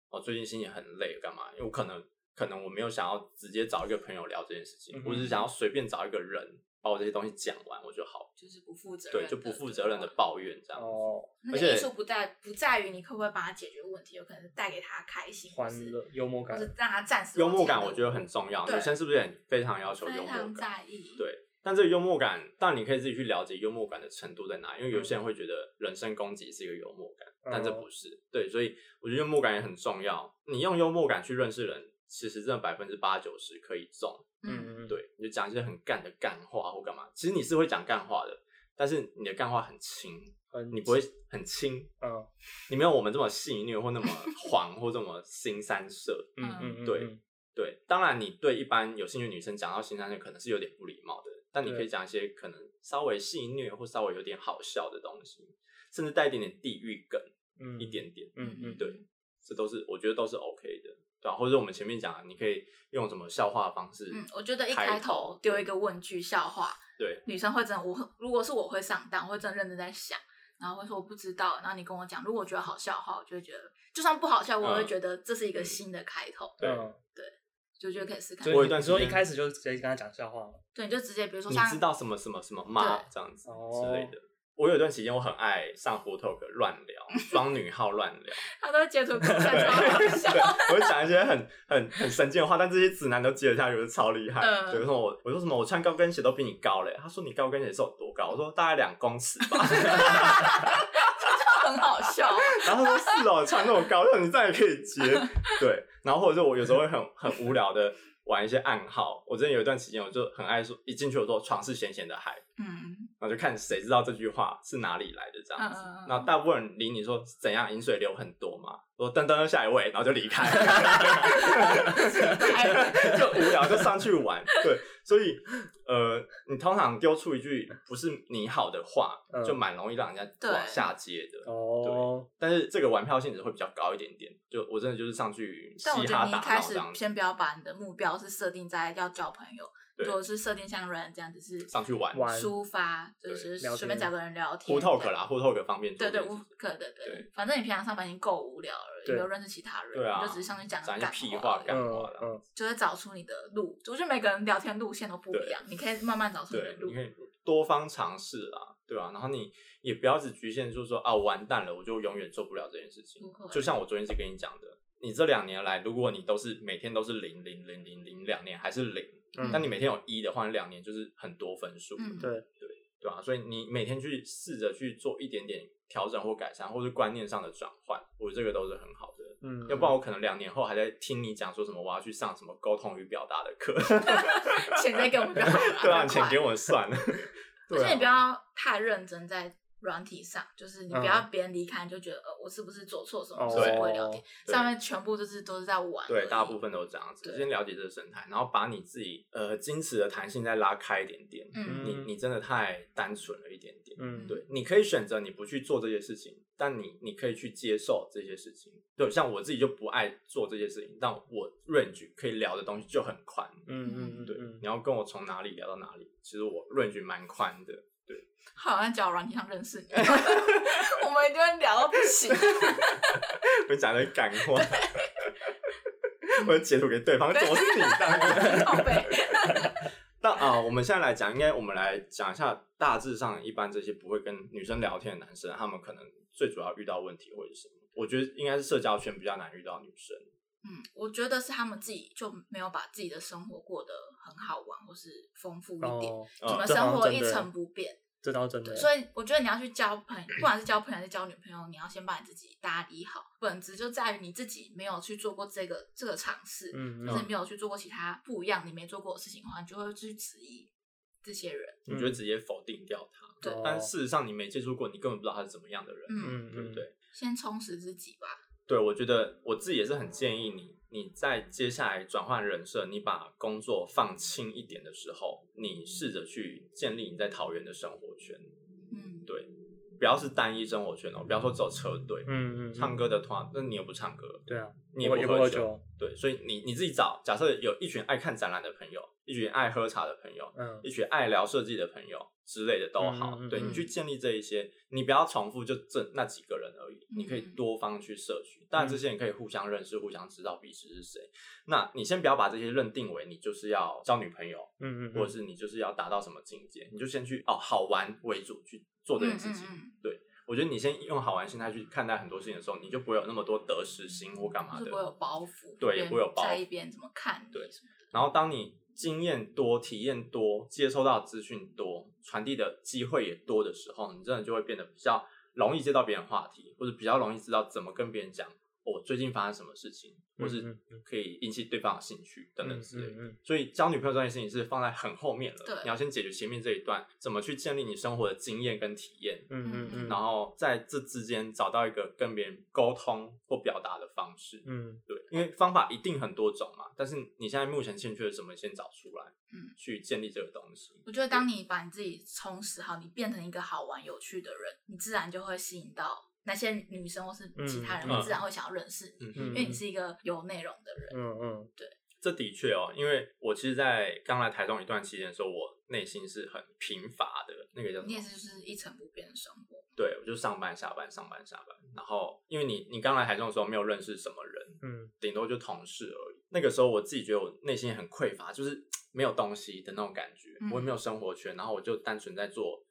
Speaker 3: 哦，最近心情很累，干嘛？因为我可能可能我没有想要直接找一个朋友聊这件事情，
Speaker 1: 嗯哼
Speaker 3: 我只是想要随便找一个人把我这些东西讲完，我就好，
Speaker 4: 就是不负责任
Speaker 3: 对，
Speaker 4: 啊的，
Speaker 3: 就不负责任的
Speaker 4: 对吧
Speaker 3: 抱怨这样子。
Speaker 1: 哦，
Speaker 4: 那
Speaker 3: 而
Speaker 4: 个
Speaker 3: 且
Speaker 4: 艺术不在不在于你可不可以帮他解决问题，有可能是带给他开心，
Speaker 1: 欢
Speaker 4: 或是
Speaker 1: 乐、幽默
Speaker 4: 或
Speaker 1: 感，
Speaker 4: 是让他暂时
Speaker 3: 幽
Speaker 4: 忘记
Speaker 3: 默感
Speaker 4: 那
Speaker 3: 我
Speaker 4: 个
Speaker 3: 觉得很重要，
Speaker 4: 对
Speaker 3: 女生是不是也非常要求幽
Speaker 4: 非
Speaker 3: 默
Speaker 4: 常
Speaker 3: 感？
Speaker 4: 在意，
Speaker 3: 对，但这个幽默感，但你可以自己去了解幽默感的程度在哪，因为有些
Speaker 4: 嗯
Speaker 3: 人会觉得人身攻击是一个幽默感，但这
Speaker 1: 哦
Speaker 3: 不是。对，所以我觉得幽默感也很重要。你用幽默感去认识人，其实真的百分之八九十可以中。
Speaker 4: 嗯，
Speaker 1: 嗯嗯，
Speaker 3: 对，你就讲一些很干的干话或干嘛。其实你是会讲干话的，但是你的干话很轻，
Speaker 1: 很
Speaker 3: 你不会很轻，
Speaker 1: 嗯
Speaker 3: 你没有我们这么戏
Speaker 1: *laughs*
Speaker 3: 谑或那么黄或这么新三色。
Speaker 1: 嗯嗯，嗯
Speaker 3: 对
Speaker 1: 嗯
Speaker 3: 对，当然你对一般有兴趣的女生讲到新三色可能是有点不礼貌的，但你
Speaker 1: 对
Speaker 3: 可以讲一些可能稍微戏谑或稍微有点好笑的东西，甚至带一点点地域梗，
Speaker 1: 嗯
Speaker 3: 一，点点，
Speaker 1: 嗯嗯
Speaker 3: 对这都是我觉得都是 OK 的，对啊吧、或者我们前面讲的，你可以用什么笑话的方式，
Speaker 4: 嗯，我觉得一
Speaker 3: 开
Speaker 4: 开
Speaker 3: 头
Speaker 4: 头丢一个问句笑话，
Speaker 3: 对，
Speaker 4: 女生会真的我很，如果是我会上当，我会真的认真在想，然后会说我不知道，然后你跟我讲，如果我觉得好笑的话，我就会觉得，就算不好笑，我会
Speaker 3: 嗯
Speaker 4: 觉得这是一个
Speaker 3: 嗯
Speaker 4: 新的开头，
Speaker 3: 对
Speaker 1: 嗯
Speaker 4: 就觉得可以试看
Speaker 1: 所以你
Speaker 3: 我有
Speaker 4: 看。
Speaker 3: 一段
Speaker 1: 你说
Speaker 3: 时
Speaker 1: 一
Speaker 3: 间
Speaker 1: 开始就直接跟他讲笑话嘛，
Speaker 4: 对，你就直接比如说
Speaker 3: 你
Speaker 4: 像
Speaker 3: 知道什么什么什么吗
Speaker 4: 对？
Speaker 3: 这样子
Speaker 1: 哦
Speaker 3: 之类的。我有一段时间我很爱上 Food Talk 乱
Speaker 4: *laughs*
Speaker 3: 聊，双女号乱聊，
Speaker 4: 他都会截图给我看，
Speaker 3: 对
Speaker 4: 超 *laughs* 好笑。
Speaker 3: 对，我会讲一些很很很神经的话，但这些直男都接得下去，我就超厉害。
Speaker 4: 嗯
Speaker 3: 比如说我我说什么我穿高跟鞋都比你高嘞，他说你高跟鞋是有多高？我说大概两公尺吧， *laughs*
Speaker 4: 很好笑，
Speaker 3: 然后他说是哦，穿那么高，那你这样也可以接，对。然后或者是我有时候会很很无聊的玩一些暗号，我之前有一段时间我就很爱说，一进去我说床是咸咸的海。
Speaker 4: 嗯，
Speaker 3: 然后就看谁知道这句话是哪里来的这样子
Speaker 4: 嗯嗯嗯。
Speaker 3: 那、大部分人理你说怎样饮水流很多嘛，我说噔噔下一位，然后就离开，
Speaker 4: *laughs*
Speaker 3: 就无聊就上去玩。对，所以呃，你通常丢出一句不是你好的话，
Speaker 1: 嗯
Speaker 3: 就蛮容易让人家
Speaker 4: 对
Speaker 3: 往下接的。
Speaker 1: 哦，
Speaker 3: 但是这个玩票性质会比较高一点点，就我真的就是上去嘻
Speaker 4: 但我觉
Speaker 3: 哈
Speaker 4: 得你
Speaker 3: 打
Speaker 4: 一开
Speaker 3: 闹这
Speaker 4: 始
Speaker 3: 样子，
Speaker 4: 先不要把你的目标是设定在要交朋友，
Speaker 3: 对
Speaker 4: 如果是设定像 Ryan 这样，只是
Speaker 3: 上去玩，
Speaker 1: 玩
Speaker 4: 抒发，就
Speaker 3: 对
Speaker 4: 是
Speaker 1: 聊
Speaker 4: 随便
Speaker 1: 天
Speaker 4: 找个人聊天。
Speaker 3: 互 talk
Speaker 4: 对
Speaker 3: 啦，互 talk 方便做
Speaker 4: 对
Speaker 3: 这
Speaker 4: 对，
Speaker 3: 件事
Speaker 4: 无
Speaker 3: 情，
Speaker 4: 可对对
Speaker 3: 对，
Speaker 4: 反正你平常上班已经够无聊了，也
Speaker 1: 对
Speaker 4: 没有认识其他人，
Speaker 3: 对啊
Speaker 4: 你就只是上去讲
Speaker 3: 讲一些
Speaker 4: 干
Speaker 3: 屁话干
Speaker 4: 而已
Speaker 1: 嗯
Speaker 3: 话啦
Speaker 1: 嗯，
Speaker 4: 就会找出你的路。我觉得每个人聊天路线都不一样，你可以慢慢 *laughs* 找出你的
Speaker 3: 对，
Speaker 4: 路
Speaker 3: 你。可以多方尝试啦，对吧、然后你也不要只局限就是说啊，完蛋了，我就永远做不了这件事情
Speaker 4: 不会。
Speaker 3: 就像我昨天是跟你讲的，你这两年来，如果你都是每天都是零零零零零，两年还是零，
Speaker 1: 嗯
Speaker 3: 但你每天有一的话，你两年就是很多分数，
Speaker 4: 嗯，
Speaker 1: 对
Speaker 3: 对吧、所以你每天去试着去做一点点调整或改善，或是观念上的转换，我觉得这个都是很好的。
Speaker 1: 嗯，
Speaker 3: 要不然我可能两年后还在听你讲说什么我要去上什么沟通与表达的
Speaker 1: *laughs*
Speaker 3: 课，
Speaker 4: 钱再给我们就好了
Speaker 3: *laughs* 对啊，
Speaker 4: 很
Speaker 3: 你
Speaker 4: 快
Speaker 3: 钱给我们算了。
Speaker 4: 而
Speaker 3: 对啊
Speaker 4: 且你 *laughs* 不要太认真在软体上，就是你不要
Speaker 1: 嗯
Speaker 4: 别人离开你就觉得呃我是不是做错什么，
Speaker 1: 哦
Speaker 4: 是不是不会聊天，
Speaker 3: 对
Speaker 4: 上面全部就是都是在玩而已。
Speaker 3: 对，大部分都这样子。
Speaker 4: 对
Speaker 3: 先了解这个生态，然后把你自己呃矜持的弹性再拉开一点点。
Speaker 4: 嗯
Speaker 3: 你你真的太单纯了一点点。
Speaker 1: 嗯
Speaker 3: 对，你可以选择你不去做这些事情，但你你可以去接受这些事情。对，像我自己就不爱做这些事情，但我 range 可以聊的东西就很宽。
Speaker 1: 嗯嗯嗯
Speaker 3: 对，
Speaker 1: 嗯
Speaker 3: 你要跟我从哪里聊到哪里，其实我 range 蛮宽的。 *laughs*
Speaker 4: 好像交友软体上认识你， *laughs* 我们一定会聊到不
Speaker 3: *laughs*
Speaker 4: 行。
Speaker 3: 我讲的感话，
Speaker 4: *laughs*
Speaker 3: 我截图给对方，怎么是你当的？
Speaker 4: *laughs* 靠背，
Speaker 3: 但啊、我们现在来讲，应该我们来讲一下大致上，一般这些不会跟女生聊天的男生，他们可能最主要遇到问题会是什么？我觉得应该是社交圈比较难遇到女生。
Speaker 4: 嗯，我觉得是他们自己就没有把自己的生活过得很好玩或是丰富一
Speaker 1: 嗯，
Speaker 4: 点，
Speaker 1: 哦，
Speaker 4: 怎么
Speaker 1: 嗯
Speaker 4: 生活一成不变。
Speaker 1: 这倒真
Speaker 4: 对，
Speaker 1: 的，
Speaker 4: 所以我觉得你要去交朋友，不管是交朋友还是交女朋友，你要先把你自己打理好。本质就在于你自己没有去做过这个这个尝试，
Speaker 1: 嗯
Speaker 4: 就是你
Speaker 1: 嗯
Speaker 4: 没有去做过其他不一样你没做过的事情的话，你就会去质疑这些人。
Speaker 3: 你就会直接否定掉他，
Speaker 4: 嗯对
Speaker 1: 哦
Speaker 3: 但事实上你没接触过，你根本不知道他是怎么样的人，
Speaker 4: 嗯
Speaker 1: 嗯
Speaker 3: 对不对？
Speaker 4: 先充实自己吧。
Speaker 3: 对我觉得我自己也是很建议你，你在接下来转换人设，你把工作放轻一点的时候，你试着去建立你在桃园的生活圈，
Speaker 4: 嗯，
Speaker 3: 不要是单一生活圈哦，不要说走车队，
Speaker 1: 嗯嗯，
Speaker 3: 唱歌的团，那你又不唱歌，
Speaker 1: 对啊，
Speaker 3: 你
Speaker 1: 我
Speaker 3: 不
Speaker 1: 也
Speaker 3: 喝
Speaker 1: 不喝
Speaker 3: 酒
Speaker 1: 酒，
Speaker 3: 对，所以你你自己找，假设有一群爱看展览的朋友，一群爱喝茶的朋友，
Speaker 1: 嗯
Speaker 3: 一群爱聊设计的朋友之类的都好，
Speaker 1: 嗯嗯嗯
Speaker 3: 对
Speaker 4: 嗯
Speaker 3: 你去建立这一些，你不要重复就这那几个人而已，你可以
Speaker 4: 嗯
Speaker 3: 多方去摄取，当
Speaker 1: 嗯
Speaker 3: 然这些人可以互相认识，互相知道彼此是谁。那你先不要把这些认定为你就是要交女朋友，
Speaker 1: 嗯嗯，
Speaker 3: 或者是你就是要达到什么境界，你就先去哦好玩为主去做这件事情。
Speaker 4: 嗯嗯
Speaker 3: 我觉得你先用好玩心态去看待很多事情的时候，你就不会有那么多得失心或干嘛
Speaker 4: 就是
Speaker 3: 的
Speaker 4: 不会有包袱，
Speaker 3: 对也不会有包袱
Speaker 4: 在意别人怎么看你
Speaker 3: 对
Speaker 4: 什么的，
Speaker 3: 然后当你经验多、体验多、接收到资讯多、传递的机会也多的时候，你真的就会变得比较容易接到别人话题，或者比较容易知道怎么跟别人讲我、最近发生什么事情，或
Speaker 1: 嗯
Speaker 3: 是
Speaker 1: 嗯嗯
Speaker 3: 可以引起对方的兴趣等等之类的。
Speaker 1: 嗯嗯嗯
Speaker 3: 所以交女朋友这件事情是放在很后面
Speaker 4: 对
Speaker 3: 了，你要先解决前面这一段，怎么去建立你生活的经验跟体验，
Speaker 1: 嗯嗯嗯，
Speaker 3: 然后在这之间找到一个跟别人沟通或表达的方式。
Speaker 1: 嗯
Speaker 3: 对，因为方法一定很多种嘛，但是你现在目前欠缺的什么，先找出来，
Speaker 4: 嗯，
Speaker 3: 去建立这个东西。嗯
Speaker 4: 我觉得当你把你自己充实好，你变成一个好玩有趣的人，你自然就会吸引到那些女生或是其他人，
Speaker 3: 嗯
Speaker 4: 自然会想要认识你，
Speaker 3: 嗯
Speaker 1: 嗯
Speaker 4: 因为你是一个有内容的人。
Speaker 1: 嗯嗯
Speaker 3: 这的确哦，因为我其实，在刚来台中一段期间的时候，我内心是很贫乏的，那个叫什
Speaker 4: 你
Speaker 3: 么
Speaker 4: 也？是就是一成不变的生活，
Speaker 3: 对，我就上班下班，上班下班。然后，因为你你刚来台中的时候没有认识什么人，
Speaker 1: 嗯
Speaker 3: 顶多就同事而已。那个时候我自己觉得我内心很匮乏，就是没有东西的那种感觉，
Speaker 4: 嗯
Speaker 3: 我也没有生活圈，然后我就单纯在做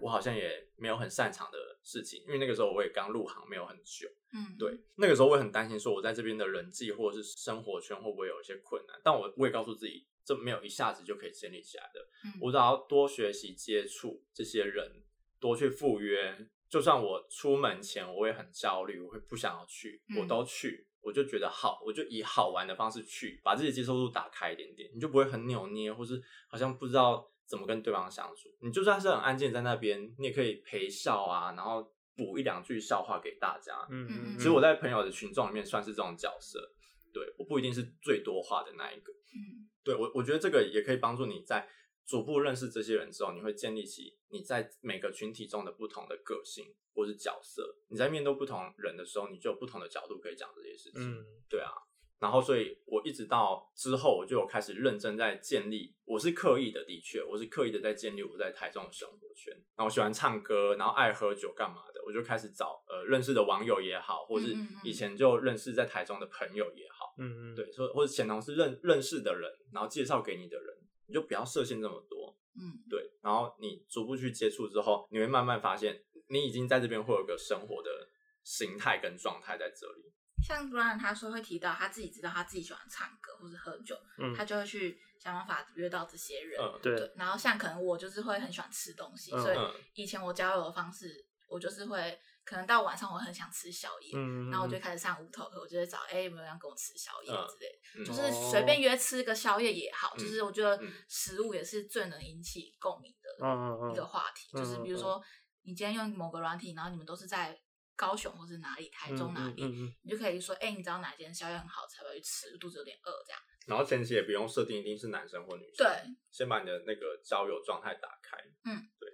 Speaker 3: 我好像也没有很擅长的事情，因为那个时候我也刚入行没有很久。
Speaker 4: 嗯，
Speaker 3: 对，那个时候我也很担心，说我在这边的人际或者是生活圈会不会有一些困难，但我我也告诉自己，这没有一下子就可以建立起来的。
Speaker 4: 嗯
Speaker 3: 我只要多学习接触这些人，多去赴约，就算我出门前我也很焦虑，我会不想要去，
Speaker 4: 嗯
Speaker 3: 我都去。我就觉得好，我就以好玩的方式去，把自己的接受度打开一点点，你就不会很扭捏，或是好像不知道怎么跟对方相处。你就算是很安静在那边，你也可以陪笑啊，然后补一两句笑话给大家。
Speaker 1: 嗯嗯，
Speaker 3: 其实我在朋友的群众里面算是这种角色，对，我不一定是最多话的那一个。
Speaker 4: 嗯，
Speaker 3: 对我，我觉得这个也可以帮助你在逐步认识这些人之后，你会建立起你在每个群体中的不同的个性或是角色。你在面对不同人的时候，你就有不同的角度可以讲这些事情。
Speaker 1: 嗯
Speaker 3: 对啊。然后，所以我一直到之后，我就有开始认真在建立，我是刻意的，的确，我是刻意的在建立我在台中的生活圈。然后我喜欢唱歌，然后爱喝酒，干嘛的，我就开始找呃认识的网友也好，或是
Speaker 4: 嗯嗯嗯
Speaker 3: 以前就认识在台中的朋友也好。
Speaker 1: 嗯嗯
Speaker 3: 对，说或者前同事认认识的人，然后介绍给你的人，你就不要设限这么多。
Speaker 4: 嗯，
Speaker 3: 对，然后你逐步去接触之后，你会慢慢发现，你已经在这边会有个生活的形态跟状态在这里。
Speaker 4: 像 Brian 他说会提到他自己知道他自己喜欢唱歌或是喝酒，
Speaker 1: 嗯
Speaker 4: 他就会去想办法约到这些人。
Speaker 3: 嗯，
Speaker 1: 对，
Speaker 4: 然后像可能我就是会很喜欢吃东西，
Speaker 1: 嗯
Speaker 4: 所以
Speaker 3: 嗯
Speaker 4: 以前我交友的方式，我就是会可能到晚上我很想吃宵夜，
Speaker 1: 嗯，
Speaker 4: 然后我就开始上无头课，我就会找哎有没有人要跟我吃宵夜
Speaker 3: 嗯
Speaker 4: 之类
Speaker 3: 嗯
Speaker 4: 的，就是随便约吃个宵夜也好，
Speaker 3: 嗯
Speaker 4: 就是我觉得
Speaker 3: 嗯
Speaker 4: 食物也是最能引起共鸣的
Speaker 1: 嗯嗯
Speaker 4: 一个
Speaker 1: 嗯，
Speaker 4: 话题，
Speaker 1: 嗯
Speaker 4: 就是比如
Speaker 1: 嗯
Speaker 4: 说你今天用某个软体，然后你们都是在高雄或是哪里、台中哪里，
Speaker 1: 嗯
Speaker 4: 你就可以说哎、你知道哪间宵夜很好吃，要不要去吃，肚子有点饿这样。
Speaker 3: 然后前期也不用设定一定是男生或女生，
Speaker 4: 对，
Speaker 3: 先把你的那个交友状态打开，
Speaker 4: 嗯，
Speaker 3: 对，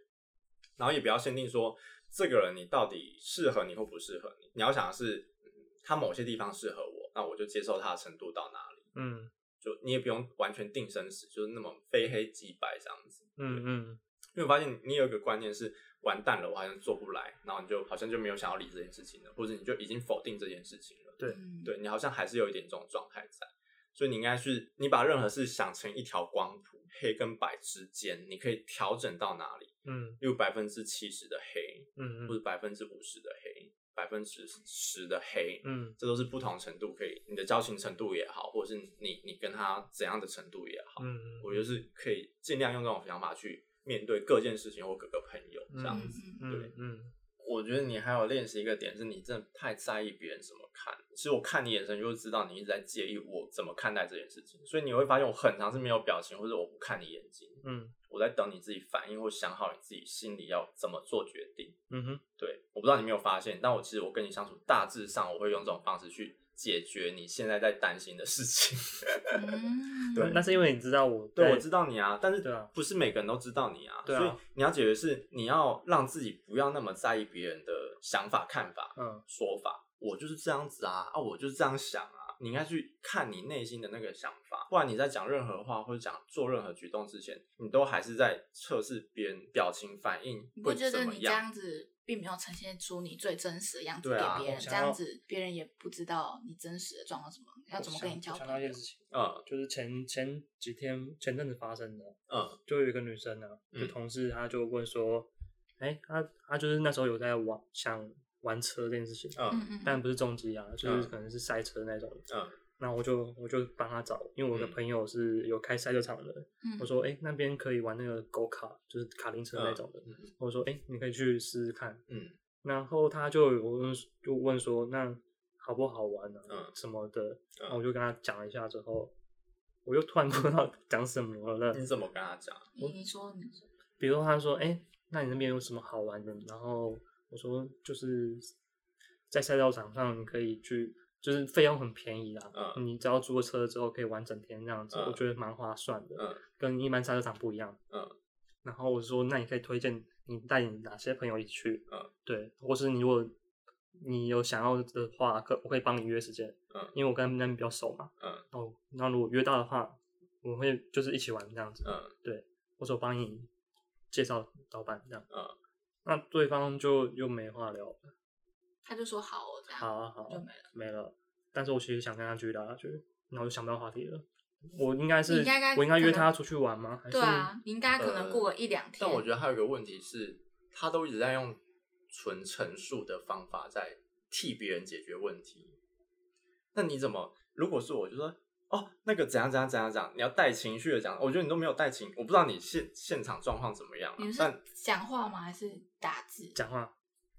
Speaker 3: 然后也不要限定说这个人你到底适合你或不适合你，你要想的是嗯他某些地方适合我，那我就接受他的程度到哪里。
Speaker 1: 嗯
Speaker 3: 就你也不用完全定生死，就是那么非黑即白这样子。
Speaker 1: 嗯嗯
Speaker 3: 因为我发现你有一个观念是，完蛋了，我好像做不来，然后你就好像就没有想要理这件事情了，或者你就已经否定这件事情了。
Speaker 1: 对
Speaker 4: 嗯，
Speaker 3: 对你好像还是有一点这种状态在，所以你应该是你把任何事想成一条光谱，黑跟白之间，你可以调整到哪里，
Speaker 1: 嗯
Speaker 3: 例如百分之七十的黑，
Speaker 1: 嗯
Speaker 3: 或者百分之五十的黑，百分之十的黑，
Speaker 1: 嗯
Speaker 3: 这都是不同程度可以，你的交情程度也好，或者是你你跟他怎样的程度也好，
Speaker 1: 嗯，
Speaker 3: 我觉得是可以尽量用这种想法去面对各件事情或各个朋友这样
Speaker 4: 嗯
Speaker 3: 子。
Speaker 4: 嗯
Speaker 1: 嗯嗯
Speaker 3: 我觉得你还有练习一个点，是你真的太在意别人怎么看。其实我看你眼神就知道你一直在介意我怎么看待这件事情，所以你会发现我很长是没有表情，或者我不看你眼睛，
Speaker 1: 嗯
Speaker 3: 我在等你自己反应或想好你自己心里要怎么做决定。
Speaker 1: 嗯哼，
Speaker 3: 对，我不知道你有没有发现，但我其实我跟你相处，大致上我会用这种方式去解决你现在在担心的事情。 *laughs*
Speaker 1: *laughs*
Speaker 4: 嗯，
Speaker 3: 对
Speaker 1: 那是因为你知道我
Speaker 3: 对，
Speaker 1: 在
Speaker 3: 我知道你啊，但是
Speaker 1: 对啊
Speaker 3: 不是每个人都知道你啊，
Speaker 1: 对啊
Speaker 3: 所以你要解决是你要让自己不要那么在意别人的想法、看法、
Speaker 1: 嗯
Speaker 3: 说法。我就是这样子啊，啊，我就是这样想啊。你应该去看你内心的那个想法，不然你在讲任何话或者讲做任何举动之前，你都还是在测试别人表情反应
Speaker 4: 你不
Speaker 3: 会
Speaker 4: 觉得
Speaker 3: 怎么
Speaker 4: 你这
Speaker 3: 样。
Speaker 4: 样子并没有呈现出你最真实的样子
Speaker 3: 对
Speaker 4: 给
Speaker 3: 啊
Speaker 4: 别人，
Speaker 1: 我
Speaker 4: 这
Speaker 1: 想要
Speaker 4: 样子别人也不知道你真实的状况是什么，要怎么跟你交
Speaker 1: 我想
Speaker 4: 朋
Speaker 1: 到一
Speaker 4: 友
Speaker 1: 件？事情，
Speaker 3: 嗯
Speaker 1: 就是前前几天前阵子发生的，
Speaker 3: 嗯
Speaker 1: 就有一个女生呢、啊，就
Speaker 3: 嗯
Speaker 1: 同事，她就问说，哎、她她就是那时候有在玩想玩车这件事情，
Speaker 3: 嗯
Speaker 4: 嗯嗯，
Speaker 1: 但不是重机啊，就是
Speaker 3: 嗯
Speaker 1: 可能是塞车那种。
Speaker 3: 嗯，
Speaker 1: 那我就我就帮她找，因为我的
Speaker 3: 嗯
Speaker 1: 朋友是有开赛车场的，
Speaker 4: 嗯
Speaker 1: 我说哎、诶那边可以玩那个 go 卡，就是卡丁车那种的，
Speaker 3: 嗯嗯
Speaker 1: 我说哎、诶你可以去试试看。
Speaker 3: 嗯
Speaker 1: 然后她就有问就问说那好不好玩呢、啊
Speaker 3: 嗯
Speaker 1: 什么的，
Speaker 3: 嗯
Speaker 1: 然后我就跟她讲了一下之后，我就突然不知道讲什么了。
Speaker 3: 你怎么跟他讲？
Speaker 4: 你你说你说，
Speaker 1: 比如他说，哎、那你那边有什么好玩的？然后我说，就是在赛道场上你可以去，就是费用很便宜啦，
Speaker 3: 嗯
Speaker 1: 你只要租了车之后可以玩整天这样子，
Speaker 3: 嗯
Speaker 1: 我觉得蛮划算的，
Speaker 3: 嗯
Speaker 1: 跟一般赛车场不一样。
Speaker 3: 嗯，
Speaker 1: 然后我说，那你可以推荐你带你哪些朋友一起去？
Speaker 3: 嗯，
Speaker 1: 对，或是你如果你有想要的话，可我可以帮你约时间，
Speaker 3: 嗯
Speaker 1: 因为我跟他们那边比较熟嘛。
Speaker 3: 嗯，
Speaker 1: 哦，那如果约到的话，我会就是一起玩这样子。
Speaker 3: 嗯
Speaker 1: 或者我帮你介绍老板这样。
Speaker 3: 嗯，
Speaker 1: 那对方就又没话聊了，
Speaker 4: 他就说好哦，这样
Speaker 1: 好啊好
Speaker 4: 就
Speaker 1: 啊，
Speaker 4: 没了。
Speaker 1: 没了。但是我其实想跟他继续聊下去，然后我就想不到话题了。我应该是
Speaker 4: 你应该
Speaker 1: 我应该约
Speaker 4: 可能
Speaker 1: 他出去玩吗？还是呃
Speaker 4: 对啊，你应该可能过了一两天，
Speaker 3: 但我觉得还有一个问题是，他都一直在用纯陈述的方法在替别人解决问题。那你怎么？如果是我，就说哦，那个怎样怎样怎样讲，你要带情绪的讲。我觉得你都没有带情，我不知道你现现场状况怎么样、啊
Speaker 4: 你们。
Speaker 3: 但
Speaker 4: 是讲话吗？还是打字？
Speaker 1: 讲话，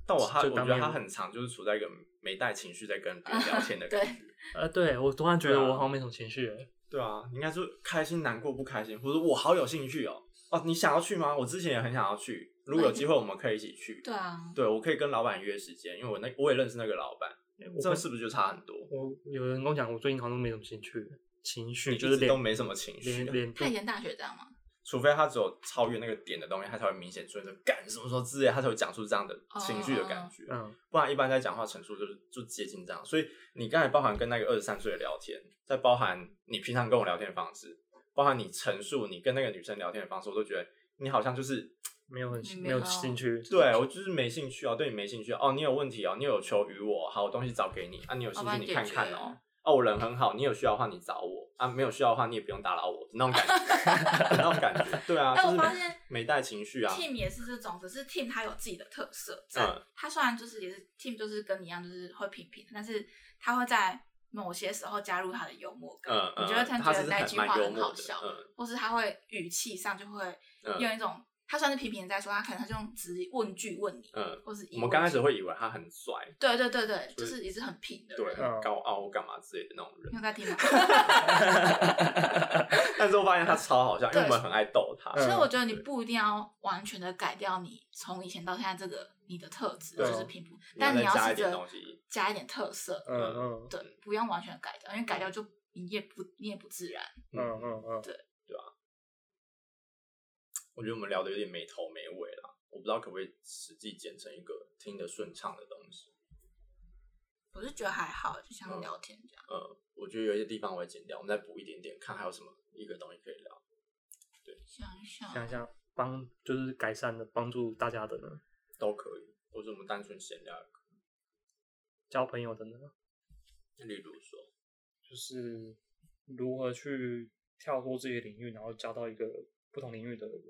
Speaker 3: 但我他，
Speaker 1: 就
Speaker 3: 我觉
Speaker 1: 当
Speaker 3: 得
Speaker 1: 面
Speaker 3: 他很常就是处在一个没带情绪在跟别人聊天
Speaker 4: *laughs*
Speaker 3: 的
Speaker 4: 对
Speaker 3: 感觉。
Speaker 1: 呃，对我突然觉得
Speaker 3: 对啊
Speaker 1: 我好像没什么情绪了。
Speaker 3: 对啊，你应该是开心、难过、不开心，或者我好有兴趣哦。哦，你想要去吗？我之前也很想要去，如果有
Speaker 4: *laughs*
Speaker 3: 机会，我们可以一起去。
Speaker 4: 对啊，
Speaker 3: 对，我可以跟老板约时间，因为我那我也认识那个老板，
Speaker 1: 我
Speaker 3: 这
Speaker 1: 会
Speaker 3: 是不是就差很多？
Speaker 1: 我有人跟我讲，我最近好像都没什么情绪，情绪
Speaker 3: 你
Speaker 1: 就
Speaker 3: 一
Speaker 1: 是
Speaker 3: 直
Speaker 1: 脸
Speaker 3: 都没什么情绪啊
Speaker 1: 脸脸部
Speaker 4: 他以前大学这样吗？
Speaker 3: 除非他只有超越那个点的东西，他才会明显出现说干什么时候之类，他才会讲出这样的情绪的感觉。
Speaker 1: 嗯
Speaker 3: 不然一般在讲话陈述就是就接近这样。所以你刚才包含跟那个二十三岁的聊天，再包含你平常跟我聊天的方式，包含你陈述你跟那个女生聊天的方式，我都觉得你好像就是
Speaker 1: 没有很
Speaker 4: 你
Speaker 1: 没
Speaker 4: 嗯没
Speaker 1: 有
Speaker 4: 有
Speaker 1: 兴趣，
Speaker 3: 对我就是没兴趣哦，对你没兴趣哦，你有问题哦，你有求于我，好，我东西找给你啊，你有兴
Speaker 4: 我帮
Speaker 3: 趣
Speaker 4: 你
Speaker 3: 你看看
Speaker 4: 解决
Speaker 3: 哦，哦，我人很好，你有需要的话你找我啊，没有需要的话你也不用打扰我，那种感觉， *laughs* 那种感觉，对
Speaker 4: *laughs*
Speaker 3: 啊，
Speaker 4: 哎
Speaker 3: 就
Speaker 4: 我
Speaker 3: 是
Speaker 4: 发
Speaker 3: 没
Speaker 4: 现
Speaker 3: 没带情绪啊，
Speaker 4: Team 也是这种，只是 Team 他有自己的特色在。
Speaker 3: 嗯
Speaker 4: 他虽然就是也是 Team，就是跟你一样，就是会平平，但是他会在某些时候加入他的幽默感。
Speaker 3: 嗯
Speaker 4: 我
Speaker 3: 嗯，
Speaker 4: 觉得他
Speaker 3: 他
Speaker 4: 觉
Speaker 3: 是
Speaker 4: 得那
Speaker 3: 很
Speaker 4: 句话
Speaker 3: 蛮幽
Speaker 4: 很
Speaker 3: 默
Speaker 4: 好
Speaker 3: 的，
Speaker 4: 笑，
Speaker 3: 嗯
Speaker 4: 或是他会语气上就会
Speaker 3: 嗯
Speaker 4: 用一种，他算是平平在说，他可能他就用直问句问你，
Speaker 3: 嗯，
Speaker 4: 或是疑
Speaker 3: 我
Speaker 4: 问
Speaker 3: 们刚开
Speaker 4: 句
Speaker 3: 始会以为他很帅，
Speaker 4: 对对对对，
Speaker 3: 就
Speaker 4: 就是是也是很平的人，
Speaker 3: 对，很高傲干嘛之类的那种
Speaker 4: 因
Speaker 3: 人，
Speaker 4: 为在听嘛。
Speaker 3: *laughs* 但是我发现他超好笑，因为我们很爱逗他，
Speaker 1: 对
Speaker 4: 所以我觉得你不一定要完全的改掉你从以前到现在这个你的特质，
Speaker 3: 对哦
Speaker 4: 就是平铺，
Speaker 3: 你要
Speaker 4: 但你
Speaker 3: 再
Speaker 4: 要
Speaker 3: 加一
Speaker 4: 试
Speaker 3: 点
Speaker 4: 着
Speaker 3: 东西
Speaker 4: 加一点特色，
Speaker 1: 嗯嗯
Speaker 4: 对，不用完全改掉，因为改掉就你也不你也不自然。
Speaker 1: 嗯嗯嗯，
Speaker 3: 我觉得我们聊的有点没头没尾啦，我不知道可不可以实际剪成一个听得顺畅的东西。
Speaker 4: 我是觉得还好，就像聊天这样。
Speaker 3: 呃，我觉得有一些地方我会剪掉，我们再补一点点，看还有什么一个东西可以聊。
Speaker 4: 想一想，
Speaker 1: 想一想帮就是改善的帮助大家的呢，
Speaker 3: 都可以，或者我们单纯闲聊也可
Speaker 1: 交朋友的呢。
Speaker 3: 以。例如说，
Speaker 1: 就是如何去跳脱自己的领域，然后交到一个不同领域的人，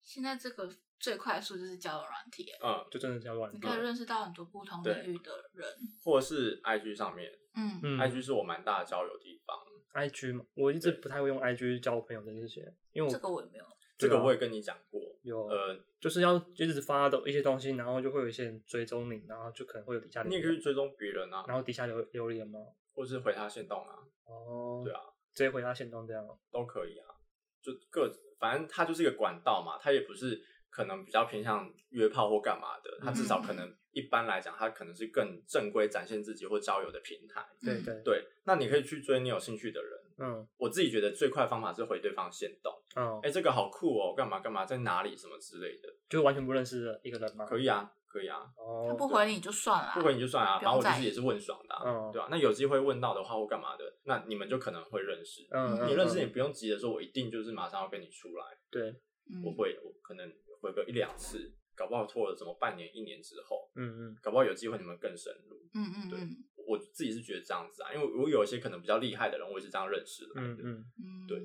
Speaker 4: 现在这个最快速就是交友软体耶，
Speaker 3: 嗯，
Speaker 1: 就真的叫软
Speaker 4: 你
Speaker 1: 件
Speaker 4: 可以。认识到很多不同领域的人。
Speaker 3: 或是 IG 上面、
Speaker 4: 嗯，
Speaker 1: 嗯
Speaker 3: i g 是我蛮大的交友地方，
Speaker 1: I G 嘛，我一直不太会用 I G 交朋友这件事情，因为我
Speaker 4: 这个我也没有。哦
Speaker 3: 这个我也跟你讲过。
Speaker 1: 有
Speaker 3: 呃，
Speaker 1: 就是要一直发的一些东西，然后就会有一些人追踪你，然后就可能会有底下留
Speaker 3: 你也
Speaker 1: 言，
Speaker 3: 可以追踪别人啊，
Speaker 1: 然后底下留留言吗？
Speaker 3: 或是回他线动啊，
Speaker 1: 哦，
Speaker 3: 对啊，
Speaker 1: 直接回他行动这样。
Speaker 4: 嗯
Speaker 3: 都可以啊，就各反正它就是一个管道嘛，它也不是可能比较偏向约炮或干嘛的，它至少可
Speaker 4: 嗯
Speaker 3: 能一般来讲，它可能是更正规展现自己或交友的平台。
Speaker 1: 对
Speaker 4: 嗯
Speaker 1: 对，
Speaker 3: 对，那你可以去追你有兴趣的人。
Speaker 1: 嗯
Speaker 3: 我自己觉得最快的方法是回对方线动，
Speaker 1: 嗯
Speaker 3: 哎、，这个好酷哦，干嘛干嘛，在哪里什么之类的，
Speaker 1: 就是完全不认识的一个人嘛。
Speaker 3: 可以啊，可以啊，
Speaker 1: 哦，
Speaker 4: 他不回你就算了啊，
Speaker 3: 不回你就算啊，
Speaker 4: 不
Speaker 3: 反正
Speaker 4: 用
Speaker 3: 我就
Speaker 4: 在
Speaker 3: 是
Speaker 4: 意
Speaker 3: 也是问爽的、啊，
Speaker 1: 嗯
Speaker 3: 对吧、那有机会问到的话或干嘛的，那你们就可能会认识。
Speaker 1: 嗯，嗯，
Speaker 3: 你认识也
Speaker 1: 嗯
Speaker 3: 不用急着说，我一定就是马上要跟你出来。
Speaker 1: 对，
Speaker 4: 嗯
Speaker 3: 我会，我可能回个一两次，搞不好拖了什么半年、一年之后，
Speaker 1: 嗯嗯
Speaker 3: 搞不好有机会你们更深入。
Speaker 4: 嗯嗯
Speaker 3: 对
Speaker 4: 嗯
Speaker 3: 我自己是觉得这样子啊，因为我有一些可能比较厉害的人，我也是这样认识来
Speaker 1: 嗯
Speaker 3: 的。啊
Speaker 1: 嗯，
Speaker 4: 嗯，
Speaker 3: 对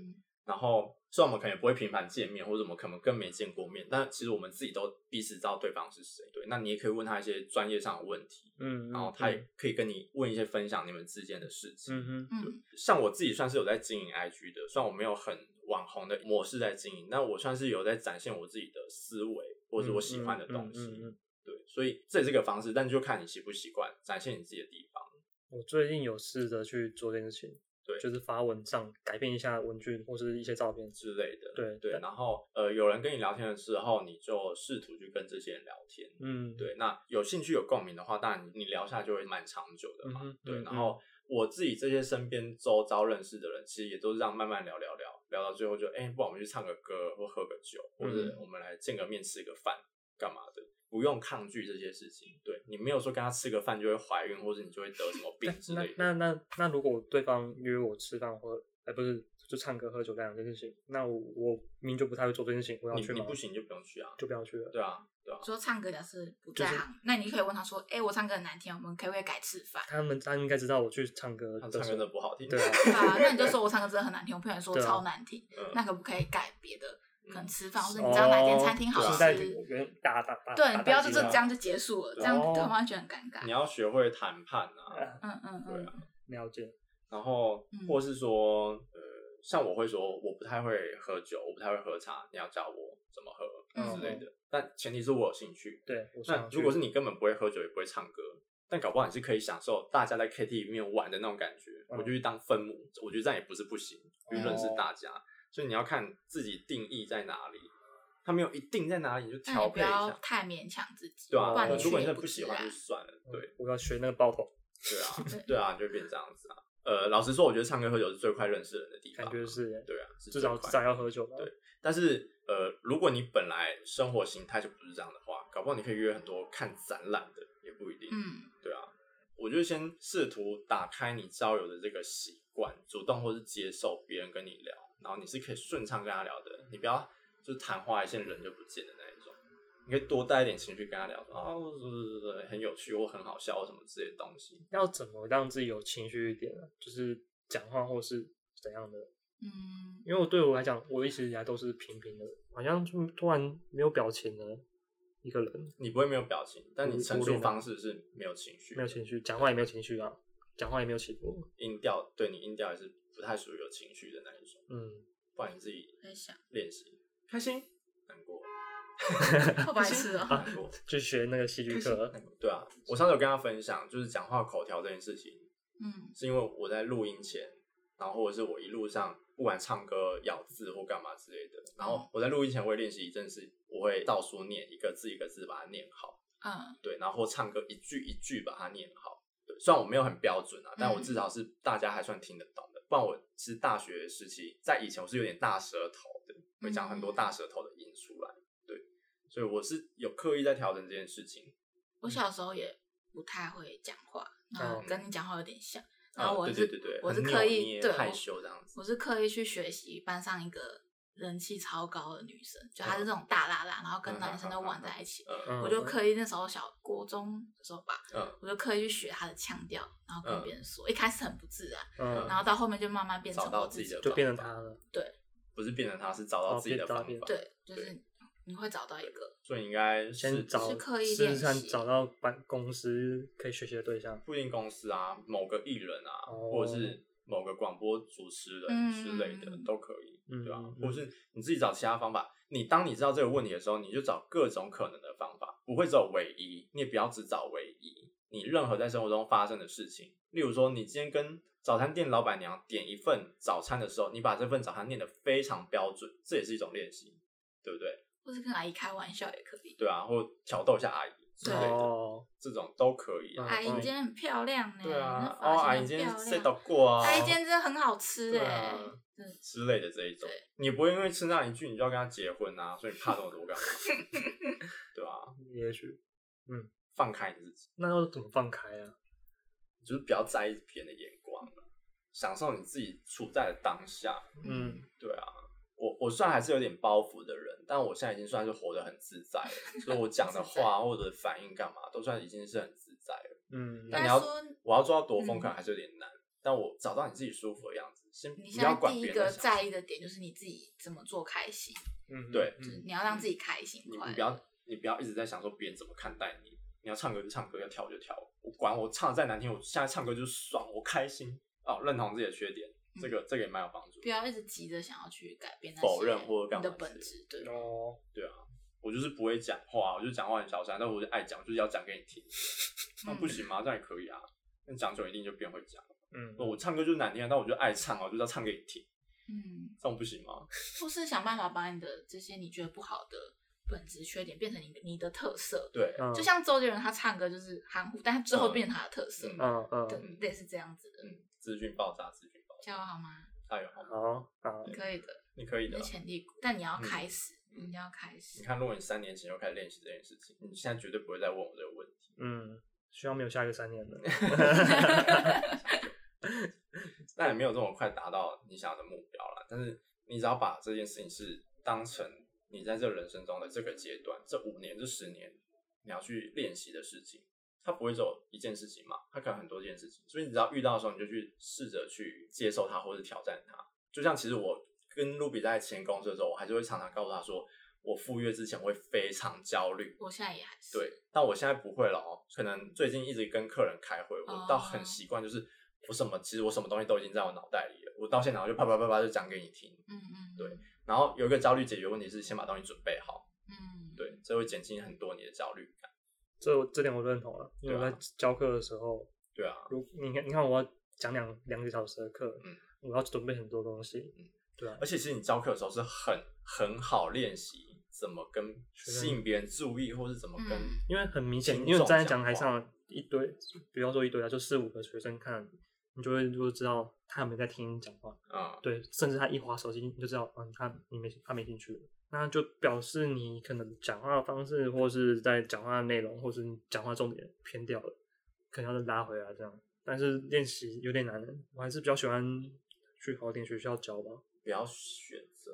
Speaker 3: 然后虽然我们可能也不会频繁见面，或者我们可能更没见过面，但其实我们自己都彼此知道对方是谁。对，那你也可以问他一些专业上的问题，
Speaker 1: 嗯，嗯
Speaker 3: 然后他也，可以跟你问一些分享你们之间的事情。
Speaker 1: 嗯嗯
Speaker 4: 嗯
Speaker 3: 像我自己算是有在经营 IG 的，虽然我没有很网红的模式在经营，但我算是有在展现我自己的思维或者是我喜欢的东西。
Speaker 1: 嗯嗯嗯嗯嗯
Speaker 3: 对，所以这也是个方式，但就看你习不习惯展现你自己的地方。
Speaker 1: 我最近有试着去做这件事情，
Speaker 3: 对
Speaker 1: 就是发文章，改变一下文具或是一些照片。
Speaker 3: 之类的，
Speaker 1: 对
Speaker 3: 对，然后呃，有人跟你聊天的时候，你就试图去跟这些人聊天，
Speaker 1: 嗯，，
Speaker 3: 对，那有兴趣有共鸣的话，当然你聊下来就会蛮长久的嘛。
Speaker 1: 嗯哼
Speaker 3: 对，
Speaker 1: 嗯
Speaker 3: 然后我自己这些身边周遭认识的人，其实也都是这样慢慢聊聊聊，聊到最后就哎、不然我们去唱个歌或喝个酒，或者
Speaker 1: 嗯
Speaker 3: 我们来见个面吃个饭，干嘛的。不用抗拒这些事情，对你没有说跟他吃个饭就会怀孕，或者你就会得什么病之
Speaker 1: 那
Speaker 3: 类的。
Speaker 1: 那那那如果对方约我吃饭或哎不是就唱歌喝酒这两件事情，那我我明明就不太会做这件事情，我要
Speaker 3: 你
Speaker 1: 去
Speaker 3: 你
Speaker 1: 吗？
Speaker 3: 不行就不用去啊，
Speaker 1: 就不要去了。
Speaker 3: 对啊，对啊，
Speaker 4: 说唱歌假是不
Speaker 1: 就
Speaker 4: 在
Speaker 1: 是
Speaker 4: 行，那你可以问他说：“哎、我唱歌很难听，我们可不可以改吃饭
Speaker 1: 他们他应该知道我去唱歌
Speaker 3: 他
Speaker 1: 的
Speaker 3: 唱歌真
Speaker 1: 时
Speaker 3: 的
Speaker 1: 候
Speaker 3: 不好听，
Speaker 1: 对啊？”
Speaker 4: *laughs* 对啊，那你就说我唱歌真的很难听，我朋友说
Speaker 1: 对啊
Speaker 4: 超难听，
Speaker 3: *laughs* 嗯
Speaker 4: 那可不可以改别的？可能吃饭，或者你
Speaker 1: 哦
Speaker 4: 知道哪间餐厅好
Speaker 1: 就
Speaker 4: 吃
Speaker 1: 是在？原打打打，
Speaker 4: 对，你
Speaker 1: 打
Speaker 4: 不要就
Speaker 1: 蛋鸡
Speaker 4: 这这
Speaker 1: 啊
Speaker 4: 样就结束了，这样
Speaker 1: 哦
Speaker 4: 对方会觉得很尴尬
Speaker 3: 你。要学会谈
Speaker 1: *laughs*
Speaker 3: 判啊，
Speaker 4: 嗯嗯
Speaker 3: 对
Speaker 4: 嗯
Speaker 3: 啊。
Speaker 1: 了解。
Speaker 3: 然后
Speaker 4: 嗯
Speaker 3: 或是说，呃，像我会说我不太会喝酒，我不太会喝茶，你要教我怎么喝
Speaker 4: 嗯
Speaker 3: 之类的。但前提是我有兴趣。
Speaker 1: 对，我
Speaker 3: 那
Speaker 1: 想
Speaker 3: 如果
Speaker 1: 去
Speaker 3: 是你根本不会喝酒，也不会唱歌，但搞不好你是可以享受大家在 KTV 里面玩的那种感觉。
Speaker 1: 嗯
Speaker 3: 我就去当分母，我觉得这样也不是不行，去认识大家。所以你要看自己定义在哪里，他没有一定在哪里，你就
Speaker 4: 但你
Speaker 3: 啊调
Speaker 4: 不
Speaker 3: 配一
Speaker 4: 要
Speaker 3: 下。
Speaker 4: 太勉强自己，
Speaker 3: 对啊
Speaker 4: 不然
Speaker 1: 你，
Speaker 3: 如果你
Speaker 4: 去也
Speaker 3: 真的不喜
Speaker 4: 知
Speaker 3: 欢
Speaker 4: 啊
Speaker 3: 就算了，对。
Speaker 1: 嗯我要学那个爆头，
Speaker 3: 对啊
Speaker 1: *laughs*
Speaker 4: 对，
Speaker 3: 对啊，就会变这样子啊。呃，老实说，我觉得唱歌喝酒是最快认识人的地方
Speaker 1: 感
Speaker 3: 啊，
Speaker 1: 觉是耶
Speaker 3: 对啊，是
Speaker 1: 至
Speaker 3: 最
Speaker 1: 少至
Speaker 3: 快
Speaker 1: 少要喝酒吧。
Speaker 3: 对但是呃，如果你本来生活形态就不是这样的话，搞不好你可以约很多看展览的，也不一定。
Speaker 4: 嗯
Speaker 3: 对啊，我就先试图打开你交友的这个习惯，主动或是接受别人跟你聊，然后你是可以顺畅跟他聊的，你不要就是昙花一现人就不见的那一种。你可以多带一点情绪跟他聊，说啊，我我很有趣或很好笑或什么之类的东西。
Speaker 1: 要怎么让自己有情绪一点呢？就是讲话或是怎样的？
Speaker 4: 嗯，
Speaker 1: 因为我对我来讲，我一直以来都是平平的，好像就突然没有表情的一个人，
Speaker 3: 你不会没有表情，但
Speaker 1: 我
Speaker 3: 你陈
Speaker 1: 我
Speaker 3: 述
Speaker 1: 懂了
Speaker 3: 方式是没有情绪的，
Speaker 1: 没有情绪，讲话也没有情绪啊，讲话也没有起伏。
Speaker 3: 音调，对你音调也是不太属于有情绪的那一种，
Speaker 1: 嗯，
Speaker 3: 不然你自己
Speaker 4: 在想，
Speaker 3: 练习，开心、难过、
Speaker 4: 好白
Speaker 3: *laughs*
Speaker 4: 痴哦。
Speaker 3: 难过、
Speaker 1: 去学那个戏剧
Speaker 3: 开心、
Speaker 1: 课
Speaker 3: 难，过。对啊，我上次有跟他分享，就是讲话口条这件事情，
Speaker 4: 嗯
Speaker 3: 是因为我在录音前，然后或者是我一路上不管唱歌、咬字或干嘛之类的，然
Speaker 4: 嗯
Speaker 3: 后我在录音前我会练习一阵子，我会倒数念一个字一个字把它念好。
Speaker 4: 嗯
Speaker 3: 对，然后唱歌一句一句把它念好。对，虽然我没有很标准啊，但我
Speaker 4: 嗯
Speaker 3: 至少是大家还算听得懂的。不然我是大学时期，在以前我是有点大舌头的，会讲很
Speaker 4: 嗯
Speaker 3: 多大舌头的音出来。对，所以我是有刻意在调整这件事情。
Speaker 4: 我小时候也不太会讲话，然
Speaker 3: 哦
Speaker 4: 后跟你讲话有点像，然
Speaker 3: 啊，
Speaker 4: 后我
Speaker 3: 对
Speaker 4: 是、
Speaker 3: 对对对，
Speaker 4: 我是
Speaker 3: 很
Speaker 4: 刻
Speaker 3: 扭
Speaker 4: 意
Speaker 3: 捏
Speaker 4: 对
Speaker 3: 害
Speaker 4: 我
Speaker 3: 羞这样子。
Speaker 4: 我是刻意去学习班上一个人气超高的女生，就她是这种大辣辣，然后跟男生都玩在一起。
Speaker 3: 哦嗯
Speaker 1: 嗯，
Speaker 4: 我就刻意那时候小国中的时候吧，
Speaker 3: 嗯，
Speaker 4: 我就刻意去学她的腔调，然后跟别人说，一开始很不自然，
Speaker 1: 嗯
Speaker 4: 然，后到后面就慢慢变成
Speaker 3: 找到
Speaker 4: 我
Speaker 3: 自己
Speaker 4: 己
Speaker 3: 的。
Speaker 1: 就变成
Speaker 3: 方
Speaker 1: 他
Speaker 3: 法，
Speaker 1: 了。
Speaker 3: 不是变成他，是找到
Speaker 1: 哦
Speaker 3: 自己的
Speaker 1: 变到
Speaker 3: 方
Speaker 1: 变
Speaker 3: 法。
Speaker 4: 对，就是你会找到一个，
Speaker 3: 所以你应该是
Speaker 1: 先找
Speaker 4: 是刻意
Speaker 1: 试
Speaker 4: 练
Speaker 1: 试看
Speaker 4: 习
Speaker 1: 找到办公司可以学习的对象。
Speaker 3: 不一定公司啊，某个艺人啊，
Speaker 1: 哦
Speaker 3: 或者是某个广播主持人之类的、
Speaker 4: 嗯
Speaker 3: 都可以，
Speaker 1: 嗯
Speaker 3: 对吧、啊
Speaker 1: 嗯嗯
Speaker 3: 或是你自己找其他方法。你当你知道这个问题的时候，你就找各种可能的方法，不会只有唯一，你也不要只找唯一。你任何在生活中发生的事情，例如说你今天跟早餐店老板娘点一份早餐的时候，你把这份早餐念得非常标准，这也是一种练习，对不对？
Speaker 4: 或是跟阿姨开玩笑也可以。
Speaker 3: 对啊，或挑逗一下阿姨之类的，
Speaker 1: 哦，
Speaker 3: 这种都可以啊。
Speaker 4: 阿姨
Speaker 1: 嗯
Speaker 4: 今天很漂亮呢、
Speaker 3: 对啊，
Speaker 4: 哎那
Speaker 3: 哦，
Speaker 4: 发
Speaker 3: 阿姨
Speaker 4: 型很
Speaker 3: 今天
Speaker 4: 漂
Speaker 3: 谁
Speaker 4: 亮。
Speaker 3: 到过啊？
Speaker 4: 阿姨今天真的很好吃
Speaker 3: 对
Speaker 4: 哎、
Speaker 3: 啊
Speaker 4: 嗯
Speaker 3: *laughs* 之类的这一种
Speaker 4: 对，
Speaker 3: 你不会因为吃那一句你就要跟他结婚啊，所以你怕这么多干
Speaker 4: *laughs*
Speaker 3: 嘛？对啊，
Speaker 1: 也许
Speaker 3: 放开你自己，
Speaker 1: 那要怎么放开啊？
Speaker 3: 就是不要在意别人的眼光了，享受你自己处在的当下。
Speaker 1: 嗯，
Speaker 3: 对啊，我我虽然还是有点包袱的人，但我现在已经算是活得很自在了，
Speaker 4: *laughs*
Speaker 3: 所以我讲的话或者反应干嘛都算已经是很自在了。
Speaker 1: 嗯，
Speaker 3: 但你
Speaker 4: 应该
Speaker 3: 要
Speaker 4: 说
Speaker 3: 我要做到多疯，
Speaker 4: 嗯
Speaker 3: 可能还是有点难，但我找到你自己舒服的样子，先不
Speaker 4: 你现
Speaker 3: 要
Speaker 4: 在
Speaker 3: 管
Speaker 4: 第一
Speaker 3: 别人的
Speaker 4: 个
Speaker 3: 想法
Speaker 4: 在意的点就是你自己怎么做开心，
Speaker 1: 嗯
Speaker 3: 对
Speaker 4: 就是
Speaker 1: 嗯
Speaker 4: 你要让自己开心
Speaker 3: 你
Speaker 4: 快
Speaker 3: 你
Speaker 4: 乐。
Speaker 3: 不要你不要一直在想说别人怎么看待你，你要唱歌就唱歌，要跳就跳，我管我唱的再难听，我现在唱歌就是爽，我开心哦，认同自己的缺点，这个这个也蛮有帮助
Speaker 4: 嗯不。要一直急着想要去改变那些
Speaker 3: 否认或干
Speaker 4: 你
Speaker 3: 嘛
Speaker 4: 的
Speaker 3: 之类
Speaker 4: 本
Speaker 3: 的
Speaker 4: 质，对，
Speaker 1: 哦，
Speaker 3: 我就是不会讲话，我就讲话很小声，但我就爱讲，我就是要讲给你
Speaker 4: *laughs*
Speaker 3: 听。那、
Speaker 4: 嗯
Speaker 3: 不行吗？这样也可以啊。那讲久一定就变会讲。哦
Speaker 1: 嗯，
Speaker 3: 我唱歌就是难听，但我就爱唱啊，我就是要唱给你听，
Speaker 4: 嗯，
Speaker 3: 这样不行吗？
Speaker 4: 或是想办法把你的这些你觉得不好的本质缺点变成你的你的特色，
Speaker 3: 对，
Speaker 1: 嗯
Speaker 4: 就像周杰伦他唱歌就是含糊，但他之后变成他的特色，
Speaker 3: 嗯
Speaker 1: 嗯
Speaker 4: 对
Speaker 1: 嗯，，
Speaker 4: 类似这样子的，
Speaker 3: 嗯，资讯爆炸，资讯爆炸，
Speaker 4: 加油好吗？
Speaker 3: 加油好吗？
Speaker 1: 好好，
Speaker 4: 可以的，
Speaker 3: 你可以
Speaker 4: 你
Speaker 3: 的
Speaker 4: 的
Speaker 3: 啊。
Speaker 4: 潜力股，但你要开始，
Speaker 3: 嗯
Speaker 4: 你要开始
Speaker 3: 你，看，如果你三年前就开始练习这件事情，你现在绝对不会再问我这个问题。
Speaker 1: 嗯，希望没有下一个三年
Speaker 3: *laughs*
Speaker 1: 了。
Speaker 3: 但也没有这么快达到你想要的目标啦。但是你只要把这件事情是当成你在这人生中的这个阶段，这五年、这十年，你要去练习的事情，它不会只有一件事情嘛，它可能很多件事情。所以你只要遇到的时候，你就去试着去接受它，或者挑战它。就像其实我跟露比在签公司的时候，我还是会常常告诉他说，我赴约之前会非常焦虑，
Speaker 4: 我现在也还是，
Speaker 3: 对，但我现在不会了哦。可能最近一直跟客人开会，我倒很
Speaker 4: 哦
Speaker 3: 习惯，就是我什么其实我什么东西都已经在我脑袋里了，我到现场就啪啪啪啪就讲给你听。
Speaker 4: 嗯嗯，
Speaker 3: 对，然后有一个焦虑解决问题是先把东西准备好，
Speaker 4: 嗯，
Speaker 3: 对，这会减轻很多你的焦虑感。
Speaker 1: 这我这点我认同了，因为我
Speaker 3: 对啊
Speaker 1: 在教课的时候，
Speaker 3: 对啊，
Speaker 1: 如你看你看我要讲两两个小时的课，
Speaker 3: 嗯
Speaker 1: 我要准备很多东西
Speaker 3: 嗯，
Speaker 1: 对啊
Speaker 3: 而，且其实你教课的时候是很很好练习怎么跟
Speaker 1: 学生
Speaker 3: 吸引别人注意，或是怎么跟
Speaker 4: 嗯
Speaker 1: 因为很明显
Speaker 3: 轻，
Speaker 1: 因为
Speaker 3: 重
Speaker 1: 站在
Speaker 3: 讲
Speaker 1: 讲台
Speaker 3: 话
Speaker 1: 上一堆，比方说一堆啊，就四五个学生看，你就会就知道他有没有在听你讲话，
Speaker 3: 嗯
Speaker 1: 对，甚至他一划手机，你就知道，嗯，他你没他没兴趣了，那就表示你可能讲话的方式，或是在讲话的内容，或是你讲话重点偏掉了，可能要再拉回来这样。但是练习有点难，我还是比较喜欢去好一点学校教吧。
Speaker 3: 不要选择，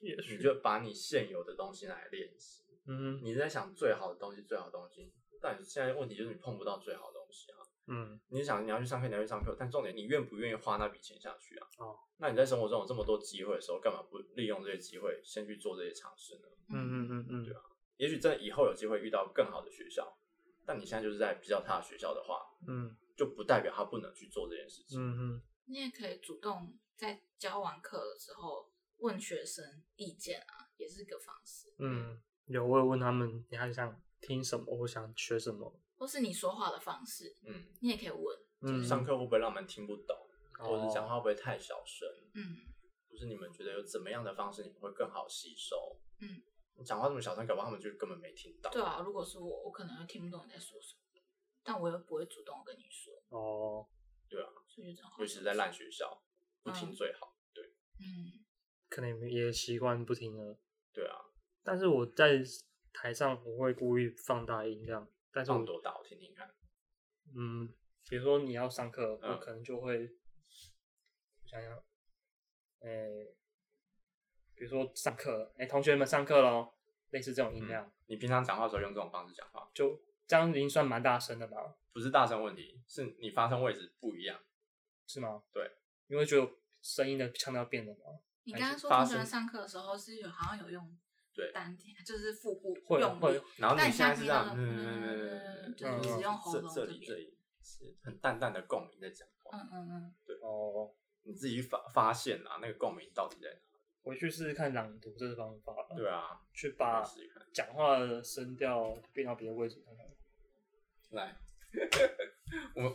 Speaker 1: 也许
Speaker 3: 你就把你现有的东西拿来练习。
Speaker 1: 嗯
Speaker 3: 你在想最好的东西，最好的东西，但你现在问题就是你碰不到最好的东西啊。
Speaker 1: 嗯
Speaker 3: 你想你要去上课，你要去上课，但重点你愿不愿意花那笔钱下去啊？
Speaker 1: 哦，
Speaker 3: 那你在生活中有这么多机会的时候，干嘛不利用这些机会先去做这些尝试呢？
Speaker 1: 嗯嗯嗯嗯，
Speaker 3: 对啊也许真的以后有机会遇到更好的学校，但你现在就是在比较差的学校的话，
Speaker 1: 嗯
Speaker 3: 就不代表他不能去做这件事情。
Speaker 1: 嗯嗯
Speaker 4: 你也可以主动在教完课了之后问学生意见啊，也是个方式。
Speaker 1: 嗯，有我有问他们，你还想听什么，或想学什么？
Speaker 4: 或是你说话的方式，
Speaker 3: 嗯，
Speaker 4: 你也可以问。
Speaker 1: 嗯，
Speaker 3: 上课会不会让我们听不懂，或者是讲
Speaker 1: 哦
Speaker 3: 话会不会太小声？
Speaker 4: 嗯，
Speaker 3: 不是你们觉得有怎么样的方式你们会更好吸收？
Speaker 4: 嗯，
Speaker 3: 你讲话这么小声，搞不好他们就根本没听到。
Speaker 4: 对啊，如果是我，我可能会听不懂你在说什么，但我又不会主动跟你说，
Speaker 1: 哦，
Speaker 4: 所以就这样。
Speaker 3: 尤啊其是在烂学校，不听最好。对
Speaker 4: 嗯，
Speaker 1: 可能也习惯不听了。
Speaker 3: 对啊，
Speaker 1: 但是我在台上我会故意放大音量，但是
Speaker 3: 放
Speaker 1: 我
Speaker 3: 多大我听听看。
Speaker 1: 嗯，比如说你要上课，
Speaker 3: 嗯
Speaker 1: 我可能就会我想想，诶、比如说上课，诶、同学们上课喽，类似这
Speaker 3: 嗯
Speaker 1: 种音量，
Speaker 3: 你平常讲话的时候用这种方式讲话，
Speaker 1: 就这样已经算蛮大声的吧？
Speaker 3: 不是大声问题，是你发声位置不一样。
Speaker 1: 是吗？
Speaker 3: 对，
Speaker 1: 因为就声音的腔调变了嘛，
Speaker 4: 你刚刚说
Speaker 3: 发
Speaker 4: 同
Speaker 3: 生
Speaker 4: 学们上课的时候是有好像有用
Speaker 3: 对
Speaker 4: 丹田，就是腹部
Speaker 1: 会
Speaker 4: 用
Speaker 1: 会
Speaker 4: 力，
Speaker 3: 然后
Speaker 4: 但
Speaker 3: 你
Speaker 4: 你
Speaker 3: 现在是这
Speaker 4: 现在
Speaker 3: 样，
Speaker 4: 听到
Speaker 3: 嗯，
Speaker 4: 嗯就是
Speaker 1: 只
Speaker 4: 用喉
Speaker 3: 这
Speaker 4: 咙
Speaker 3: 这
Speaker 4: 这
Speaker 3: 里
Speaker 4: 边
Speaker 3: 这里是很淡淡的共鸣在讲话。
Speaker 4: 嗯嗯嗯，
Speaker 1: 哦、哦，
Speaker 3: 你自己发发现啊，那个共鸣到底在哪？
Speaker 1: 回去试试看朗读这个方法吧，
Speaker 3: 对啊，
Speaker 1: 去把
Speaker 3: 试试看。
Speaker 1: 讲话的声调变到别的位置看看。
Speaker 3: 来，我们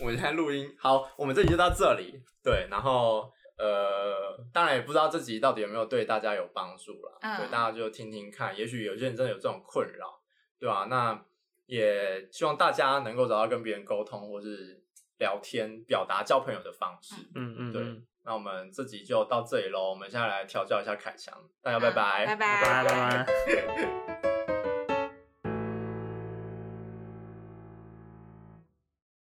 Speaker 3: 我们现在录音，好，我们这集就到这里。对，然后呃，当然也不知道这集到底有没有对大家有帮助啦。
Speaker 4: 嗯
Speaker 3: 对，大家就听听看，也许有些人真的有这种困扰，对吧、那也希望大家能够找到跟别人沟通或是聊天、表达、交朋友的方式。
Speaker 1: 嗯嗯
Speaker 3: 对
Speaker 1: 嗯
Speaker 3: 那我们这集哎就到这里喽，我们现在来调教一下凯翔，大家拜拜，
Speaker 4: 拜
Speaker 1: 拜拜拜拜。